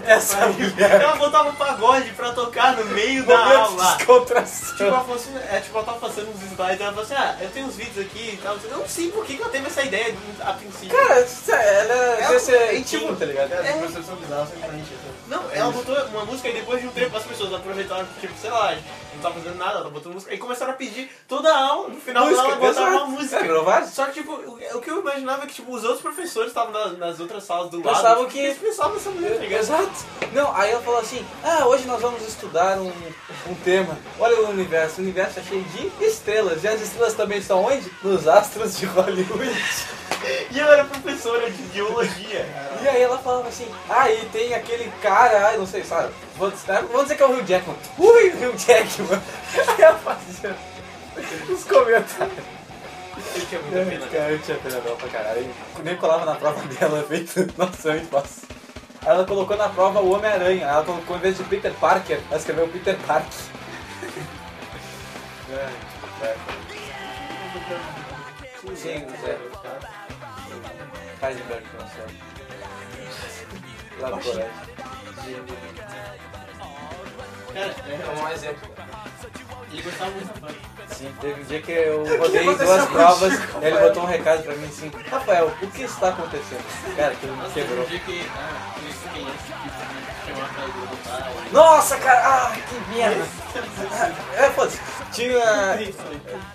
essa mulher. É, Ela botava um pagode pra tocar no meio da Momento de aula. Tipo, descontração. ela, falou assim, é, tipo, ela tava passando uns slides, ela falou assim, ah, eu tenho uns vídeos aqui e tal. Eu não sei por que que ela teve essa ideia a princípio. Cara, sé- ela devia ser é tipo- íntimo, tá ligado? Cara, os professores são bizarros, são é diferentes. Não, ela botou uma música e depois de um tempo as pessoas aproveitaram, tipo, sei lá, não tava fazendo nada, ela botou música e começaram a pedir toda a aula, no final da aula botava uma É, música. Grovar? Só que, tipo, o, o que eu imaginava é que, tipo, os outros professores estavam na- nas outras salas do lado. Pensavam tipo, que- Eles pensavam essa mulher, tá ligado? Exato. Não, aí ela falou assim, ah, hoje nós vamos estudar um, um tema. Olha o universo, o universo é cheio de estrelas. E as estrelas também estão onde? Nos astros de Hollywood. É. E ela era professora de biologia. E aí ela falava assim, ah, e tem aquele cara, ai, não sei, sabe? Vou dizer, vou dizer que é o Hugh Jackman. Ui, Hugh Jackman. Aí ela fazia os comentários. Eu tinha muita pena. Cara, eu tinha pena dela pra caralho. Eu nem colava na prova dela, feito noção de passo. é Aí ela colocou na prova o Homem-Aranha. Ela colocou, em vez de Peter Parker, ela escreveu Peter Park. É, Sim, é. Zé. Heisenberg, não sei. Lá no colégio. Cara, É um exemplo. ele gostava muito da Fanny. Sim, teve um dia que eu rodei aconteceu duas contigo, provas, ele Rafael? botou um recado pra mim assim, Rafael, o que está acontecendo? Cara, aquilo me Nossa, teve um quebrou. dia que... Ah, que isso que é isso? Que chamava pra ele né? voltar. Nossa, cara, ah, que merda. É, foda-se. Tinha...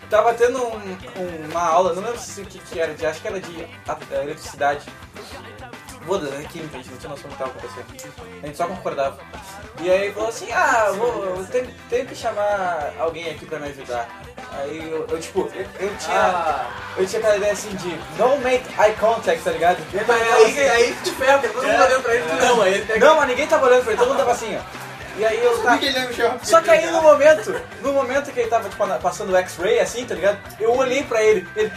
Tava tendo um- um- uma aula, não lembro se o que, que era, de, acho que era de a- eh, eletricidade. Foda-se, era química, a gente não tinha noção do que tava acontecendo. A gente só concordava. E aí falou assim, ah, vou, eu tenho, tenho que chamar alguém aqui pra me ajudar. Aí eu, eu, tipo, eu, eu tinha... Ah, Eu tinha aquela ideia assim de não make eye contact, tá ligado? aí, aí te ferra, porque é todo É, mundo olhando pra ele. Não, aí ele pega. Não, mas ninguém tava olhando pra ele, todo mundo tava assim, ó. E aí eu tá. ele é um churrasco? Só que aí no momento, no momento que ele tava tipo, na- passando o X-ray assim, tá ligado? Eu olhei pra ele, ele,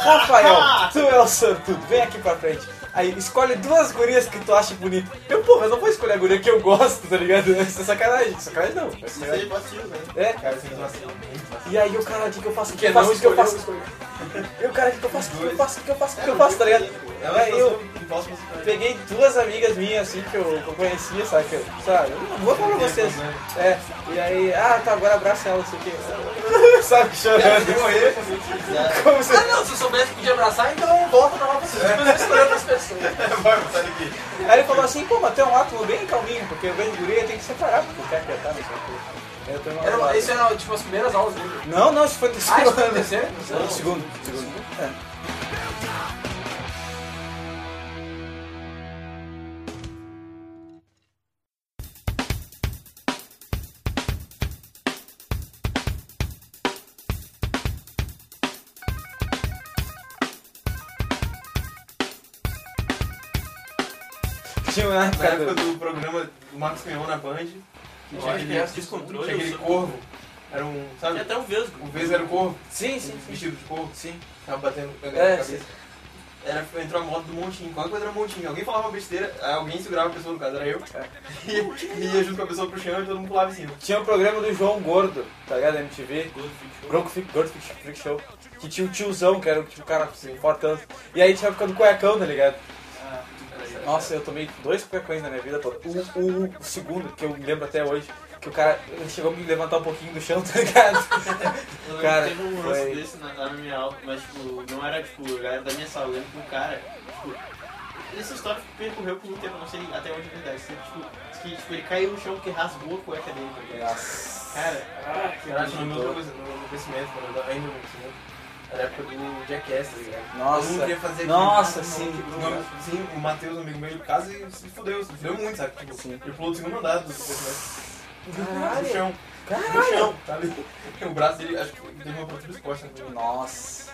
Rafael, tu é o santo, vem aqui pra frente. Aí escolhe duas gurias que tu acha bonita. Eu, porra, eu não vou escolher a guria que eu gosto, tá ligado? Isso é sacanagem, sacanagem não. é Isso aí sacanagem. é vacilo, né? É, Cara, vocês não assinam. e aí o cara, o que que eu faço? O que, Que eu faço? não O que eu escolheu, faço? escolheu. E o cara, o que eu faço, o que eu faço, o que eu faço, o que eu faço, tá ligado? Ela Aí eu não posso mostrar. peguei duas amigas minhas, assim, que eu, que eu conhecia, sabe? Que eu, sabe? Eu não vou falar pra vocês. É, e aí, ah, tá, agora abraça ela, não sei o que. Sabe, chorando. Como se... Ah não, se eu soubesse que podia abraçar, então volta pra lá pra vocês. Depois eu escolhi outras pessoas. É. Vai, sai daqui. Aí ele falou assim, pô, mas tu é um átomo bem calminho, porque o grande guria tem que separar, porque o cara quer estar, não sei o que. Aí Eu tô em uma Era, uma- lata. isso era tipo as primeiras aulas dele. Não, não, isso foi do Ah, segundo isso foi no ano. terceiro? No terceiro? Segundo, segundo. É. Tinha uma Na época época do- do programa do Marcos Canhão na Band, que tinha Olha, aquele, que essa tinha descontrole. aquele eu sou- corvo. Era um, Tem sabe? até um vesgo. O Vez era o corvo, Sim, sim, sim. vestido de corvo. Sim. Tava batendo pegando É, a cabeça. Era, entrou a moto do Montinho, qualquer coisa era Montinho. Alguém falava besteira, aí alguém segurava a pessoa, no caso era eu, e, e ia junto com a pessoa pro chão e todo mundo pulava em cima. Tinha o programa do João Gordo, tá ligado? MTV. Gordo Freak Gordo Freak Show. Freak Show. Que tinha o tiozão, que era o tipo, o cara assim, fortão. E aí tinha a época do cuecão, tá ligado? Nossa, eu tomei dois cuecões na minha vida toda. O, um, o, o segundo, que eu me lembro até hoje, que o cara chegou a me levantar um pouquinho do chão, tá ligado? Eu Cara, cara, teve um lance foi- desse na, lá na minha aula, mas tipo, não era tipo, era da minha sala, eu lembro que um cara, tipo, essa história percorreu por muito tempo, não sei até onde é verdade. Assim, tipo, diz que, tipo, ele caiu no chão porque rasgou a cueca dele, tá ligado? Cara, Era no meu outra coisa, no meu conhecimento, quando eu tava né, ainda no conhecimento. assim, Era a época do Jackass, tá ligado? Todo mundo Nossa. queria fazer tipo, Nossa, aquilo, sim. todo mundo assim, queria- Sim, o Matheus, um amigo meu de casa, e se fudeu, se fudeu muito, sabe? Tipo, Sim. ele pulou do segundo andar do conhecimento. No Caralho. chão. Ah, No chão, sabe? O braço dele, acho que teve uma ponta de exposta. né? Nossa.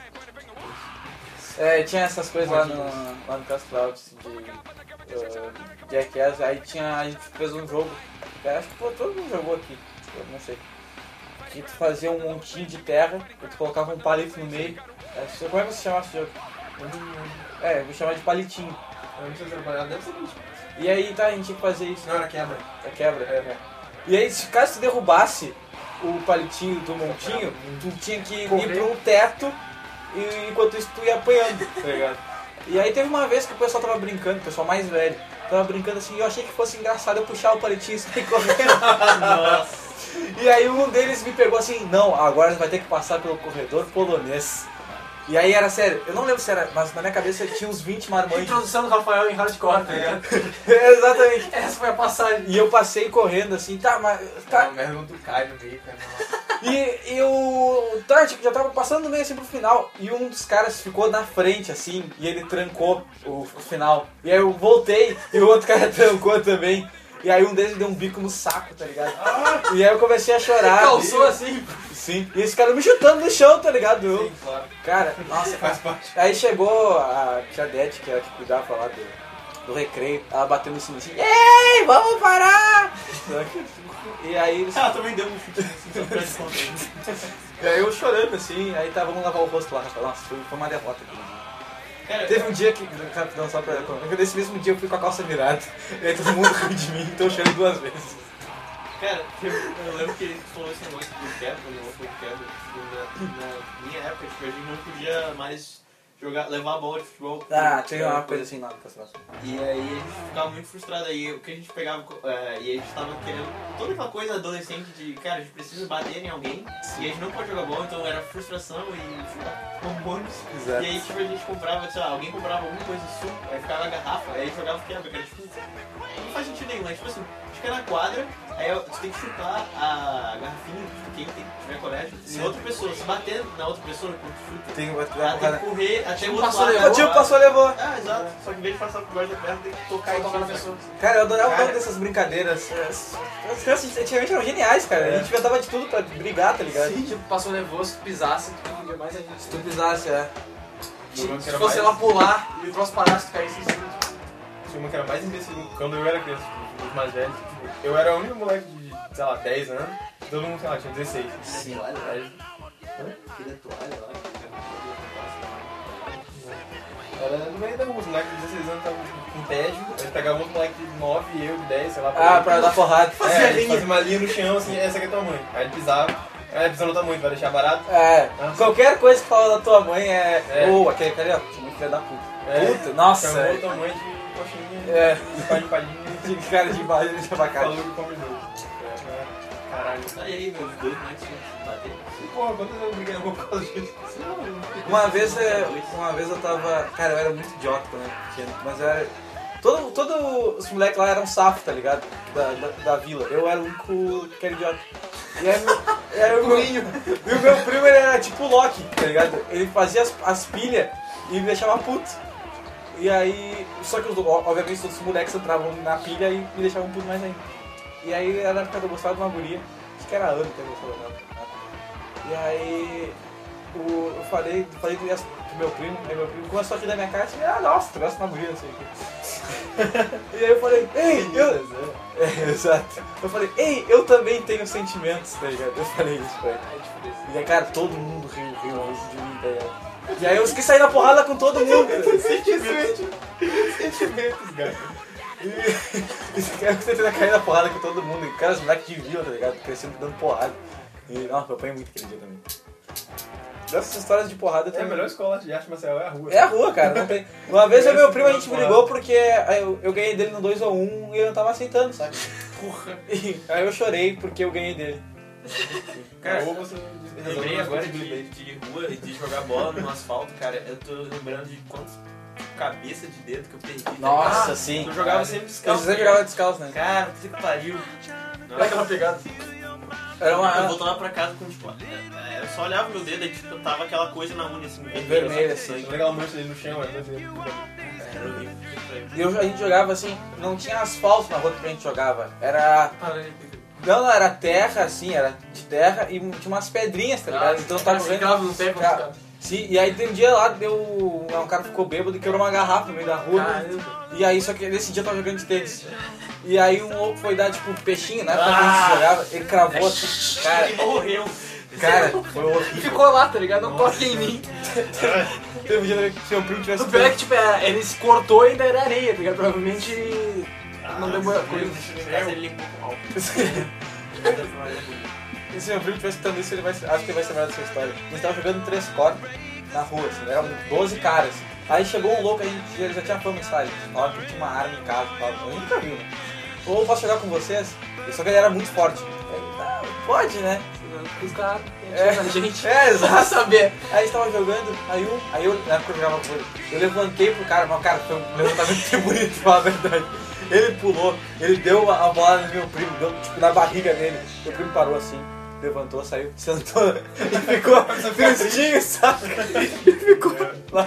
É, tinha essas coisas lá no, lá no Castro Alves de uh, Jackass, aí tinha, a gente fez um jogo, eu acho que pô, todo mundo jogou aqui, eu não sei. Que tu fazia um montinho de terra, e tu colocava um palito no meio. É, se- Como é que você chamava esse jogo? Eu não- eu É, eu vou chamar de palitinho. não sei se era parada, deve ser mentira. E aí tá, a gente tinha que fazer isso, Não, era quebra. a quebra. é, né? E aí, se caso tu derrubasse o palitinho do montinho, tu tinha que ir pra um teto e enquanto isso tu ia apanhando, tá ligado? E aí teve uma vez que o pessoal tava brincando, o pessoal mais velho, tava brincando assim, e eu achei que fosse engraçado eu puxar o palitinho e sair correndo. nossa, E aí um deles me pegou assim, não, agora você vai ter que passar pelo corredor polonês. E aí era sério, eu não lembro se era, mas na minha cabeça tinha uns 20 marmanjos. Introdução do Rafael em hardcore, tá ligado? Exatamente. Essa foi a passagem. E eu passei correndo assim, tá, mas. Tá, Era uma merda, tu cai no meio, cara. E eu. Tá, tipo, já tava passando meio assim pro final. E um dos caras ficou na frente, assim, e ele trancou o, o final. E aí eu voltei e o outro cara trancou também. E aí um deles deu um bico no saco, tá ligado? E aí eu comecei a chorar. Ah! Calçou assim. Sim. E esse cara me chutando no chão, tá ligado? Eu- Sim, claro. Cara, nossa, Faz parte. Aí chegou a tia Dete, que era que cuidava lá do, do recreio, ela bateu no sino assim, ei, vamos parar! e aí Ah, eles ela também deu um chute assim, só pra descontar. E aí eu chorando assim, aí tá, vamos lavar o rosto lá, Rafael. Nossa, foi, foi uma derrota. aqui. Cara, Teve um dia que, rapidão, só pra contar, nesse mesmo dia eu fui com a calça virada, e aí todo mundo riu de mim, então eu chorei duas vezes. Cara, eu, eu lembro que ele falou esse negócio do quebra, não foi quebra. tipo, Na, na minha época, tipo, a gente não podia mais jogar, levar a bola de futebol. Ah, tinha uma coisa assim, nada pra E aí a gente ficava muito frustrado aí, o que a gente pegava, eh, e a gente tava querendo toda aquela coisa adolescente de, cara, a gente precisa bater em alguém, e a gente não pode jogar bola, então era frustração e sei lá, hormônios. Exato. E aí, tipo, a gente comprava, sei lá, alguém comprava alguma coisa de suco, aí ficava a garrafa, aí jogava quebra, que era tipo, não faz sentido nenhum, mas tipo assim, fica na quadra, aí ó, tu tem que chutar a garrafinha, tipo, quem tem, tiver colégio, e outra pessoa, se bater na outra pessoa, quando chuta, Ah, Tem que bater ela a tem que porrada. correr até um o outro passou lado. O tio passou, levou. Ah, exato. Só que em vez de passar por baixo da perna, tem que tocar em Só cima. tocar na pessoa. Cara, eu adorava Cara. tanto dessas brincadeiras. As as crianças antigamente eram geniais, cara. A gente inventava de tudo pra brigar, tá ligado? Sim, tipo, passou nervoso, pisasse, tu podia mais a gente. Tipo, Se tu pisasse, é. Jogando que Se era fosse mais- ela pular e o troço parasse, tu caísse em cima. Tinha uma que era mais imbecil quando eu era criança, tipo, os mais velhos. tipo, Eu era o único moleque de, sei lá, 10 anos. Todo mundo, sei lá, tinha 16. Sim. Tá Aquele toalha lá. Era no meio da rua, os moleques de 16 anos estavam tipo, com tédio. Eles pegavam outro moleque de 9 e eu de 10, sei lá. Ah, pra dar porrada. É, a gente fazia uma linha no chão, assim, essa que é a tua mãe. Aí ele pisava, É, precisa lutar muito, vai deixar barato. É, Nossa. qualquer coisa que fala da tua mãe é. É. Ou aquele cara, ó, tinha muito filho da puta. É. Puta, nossa. Chamou o tamanho de coxinha, É, de pá de palhinha, de cara de baixo de abacate. falou que come junto. É, Caralho. Olha aí, meu, os dois né, mais se bater. Porra, quantas eu briguei na boca por causa disso? Uma vez, é, uma vez eu tava. Cara, eu era muito idiota quando eu era pequeno, mas eu era. Todos todo os moleques lá eram safo, tá ligado? Da, da, da vila. Eu era o único que era idiota. E aí, meu, e aí o meu, e o meu primo ele era tipo o Loki, tá ligado? Ele fazia as, as pilhas e me deixava puto. E aí. Só que, os, ó, obviamente, todos os moleques entravam na pilha e me deixavam puto mais ainda. E aí, era na época que eu gostava de uma guria, acho que era a Ana que eu gostava dela. tá E aí o- eu falei, falei do minhas- do meu primo, aí meu primo começou aqui da minha casa e ah, nossa, tu gosta de uma guria, não sei o quê. e aí eu falei, ei, eu... né?" É, exato. Eu falei, ei, eu também tenho sentimentos, tá ligado? Eu falei isso pra ele. E aí, cara, todo mundo riu, riu, riu de mim, tá ligado? E aí eu fiquei saindo na porrada com todo mundo. Sentimentos, cara. Eu fiquei tentando cair na porrada com todo mundo. E, cara, os moleques de vila, tá ligado? Crescendo, dando porrada. E, nossa, eu apanhei muito aquele dia também. Dessas histórias de porrada eu É a tenho melhor escola de arte marcial, é a rua. É a rua, cara, não tem. Uma vez eu e meu primo a gente brigou porque eu, eu ganhei dele no 2x1 e ele não tava aceitando, sabe? Porra. Aí eu chorei porque eu ganhei dele. Cara, Cara, ou você Lembrei agora de, de rua e de jogar bola no asfalto, cara. Eu tô lembrando de quantos cabeça de dedo que eu perdi. tá ligado? sim. Eu jogava cara. sempre Eu descalço. sempre jogava descalço, né? Cara, que pariu. Olha aquela pegada. Era Eu uma voltava pra casa com, tipo, é, é, eu só olhava meu dedo e, tipo, tava aquela coisa na unha, assim, vermelha, só assim. que sangue. Legal mancha ali no chão, é Era horrível. E eu- a gente jogava assim, não tinha asfalto na rua que a gente jogava. Era. Tá Não, não, era terra, assim, era de terra e tinha umas pedrinhas, tá Ah, ligado? Então tava jogando. Escravo no pé, Cara, Sim, e aí tem um dia lá, deu. Um cara ficou bêbado e quebrou uma garrafa no meio da rua. Caramba. E aí, só que nesse dia eu tava jogando de tênis. E aí um louco foi dar, tipo, peixinho, né? Pra gente jogava, ele cravou assim. Cara, E morreu. cara, foi horrível. Ficou lá, tá ligado? Não toque em mim. Teve um dia que seu primo tivesse. O pior é que, tipo, é, ele se cortou e ainda era areia, tá ligado? Provavelmente não deu Ah, Ah, muita coisa. é Mas ele limpou com álcool. Se meu primo tivesse escutando isso, ele vai, acho que ele vai se lembrar dessa história. A gente tava jogando três cordas na rua, assim, eram 12 caras. Aí chegou um louco, a gente ele já tinha fama, sabe? Na hora que tinha uma arma em casa e tal. Eu nunca vi, né? Ou posso jogar com vocês? Só que ele era muito forte. Aí, "Ah, pode, né? Os caras, É. a gente. É, Pra exato. saber. Aí eles tava jogando, aí um, aí eu, na época eu jogava vôlei, eu levantei pro cara, mas cara, foi um levantamento que bonito, pra falar a verdade. Ele pulou, ele deu a, a bola no meu primo, deu tipo na barriga dele. Meu primo parou assim, levantou, saiu, sentou e ficou tristinho, sabe? E ficou lá.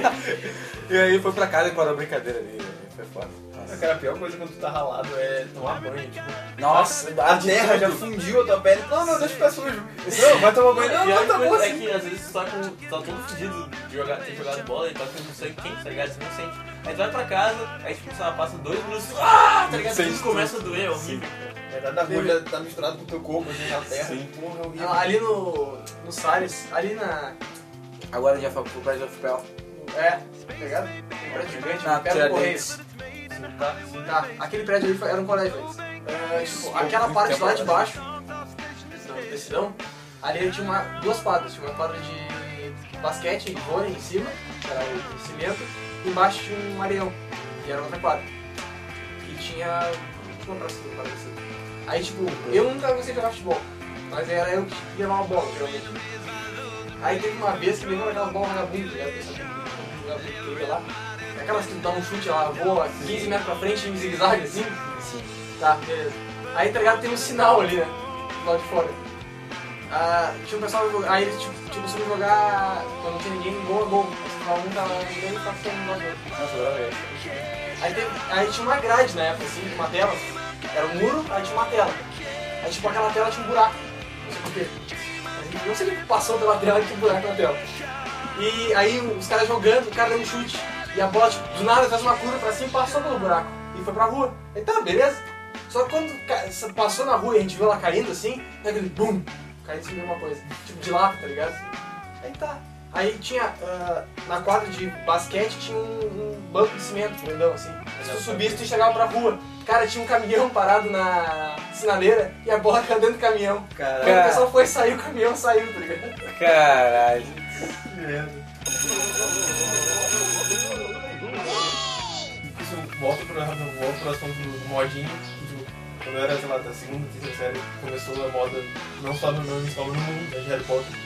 E aí foi pra casa e parou a brincadeira ali, né? foi foda. Nossa. É, Cara, a pior coisa quando tu tá ralado é tomar banho. Tipo, Nossa, a terra já fundiu a tua pele. Não, não, deixa o pé sujo. Não, vai tomar banho. Não, E não, a tá bom coisa assim. é que às vezes tu tá, com, tu tá todo fudido de jogar, ter jogado bola e tá com sangue quente, tá ligado? Você não sente. Aí tu vai pra casa, aí tipo, sei lá, passa dois minutos, ah, tá ligado? Sente Tudo começa a doer, é horrível. É, tá da bolha, tá misturado com o teu corpo, assim, na terra. Sim. Porra, é horrível. Ah, Ali no. No Salles, ali na. agora já foi pro Brasil Fupel. É, tá ligado? Era gigante, Na perto do correio. Tiradentes. Tá, aquele prédio ali foi- era um colégio antes. Ah, tipo, aquela parte lá de baixo, do decidão, ali tinha uma, duas quadras. Tinha uma quadra de basquete e vôlei em cima, que era o cimento, e embaixo tinha um areião, que era outra quadra. E tinha uma pracinha, uma praça. Aí, tipo, eu nunca gostei de jogar futebol, mas era eu que ia levar uma bola, geralmente. Aí teve uma vez que levou aquela bola vagabunda, né? pessoal que jogava futebol lá. Aquelas que dá um chute, ela voa 15 metros pra frente em zigue-zague assim? Sim. Tá, beleza. Aí tá ligado, tem um sinal ali, né? Do lado de fora. Ah, tinha um pessoal jogando. Aí eles tipo, tipo, costumavam jogar. Quando não tinha ninguém, gol a gol. Mas tava um tava ninguém tá ficando lá dentro. Nossa, agora vai. Aí, teve, aí tinha uma grade na época, assim, uma tela. Era um muro, aí tinha uma tela. Aí tipo aquela tela tinha um buraco. Não sei porquê. Mas Não sei o que passou pela tela e tinha um buraco na tela. E aí os caras jogando, o cara deu um chute. E a bola, tipo, do nada, fez uma curva pra cima e passou pelo buraco. E foi pra rua. E tá, beleza. Só que quando ca- passou na rua e a gente viu ela caindo assim, daí aquele bum, caiu em cima de uma coisa. Tipo de lata, tá ligado? Aí tá. Aí tinha, ah, na quadra de basquete, tinha um, um banco de cimento, grandão, assim. Se tu subisse, tu chegava pra rua. Cara, tinha um caminhão parado na, sinaleira e a bola caiu dentro do caminhão. Aí Cara. o pessoal foi sair, o caminhão saiu, tá ligado? Caralho. Isso eu volto pra, eu volto pro assunto do modinho. do- tipo, Quando eu era, sei lá, da segunda, terceira série, começou a moda, não só no meu, mas como no mundo, né, de Harry Potter.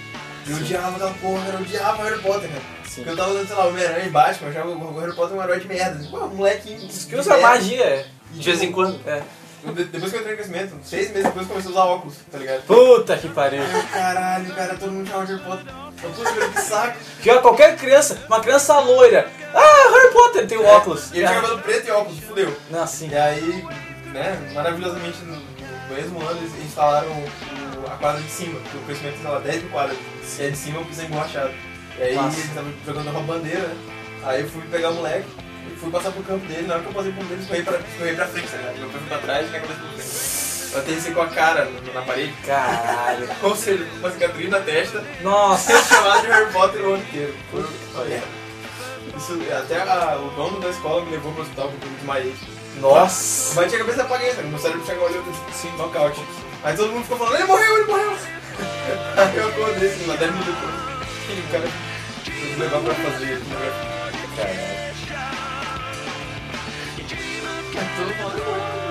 E eu odiava aquela porra, eu odiava Harry Potter, cara. Sim. Porque eu tava dando, sei lá, Homem-Aranha e Batman, eu achava o Harry Potter um herói de merda. Tipo, ah, um moleque... Que usa magia. E, De vez em quando. É. tipo, de- Depois que eu entrei no crescimento, seis meses depois eu comecei a usar óculos, tá ligado? Puta que pariu. Meu caralho, cara, todo mundo chama Harry Potter. Eu tô esperando que saco. Pior é qualquer criança, uma criança loira. Ah, Harry Potter tem o óculos. E ele tinha cabelo preto e óculos, fudeu. Não, assim. E aí, né, maravilhosamente no no mesmo ano eles instalaram o- o- a quadra de cima, que o crescimento sei lá, 10 de quadra. E a de cima eu pisei emborrachado. E aí Massa. ele tava jogando com a bandeira, né? Aí eu fui pegar o moleque. e Fui passar pro campo dele, na hora que eu passei pro campo dele, escorrei pra, escorrei pra frente, né? Meu pé foi pra trás e minha cabeça pra frente. Eu aterrissei com a cara na na parede, Caralho. ou seja, uma cicatriz na testa, Nossa. sendo chamado de Harry Potter o ano inteiro. Foi- olha, Isso, até a- o dono da escola me levou pro hospital porque eu desmaiei. Nossa. Bati a cabeça e apaguei, sabe? Meu cérebro chegou olhando assim, nocaute. Aí todo mundo ficou falando, ele morreu, ele morreu! Aí eu acordei assim, lá 10 minutos depois. E o cara, eu vou levar pra fazer aqui, né? Todo mundo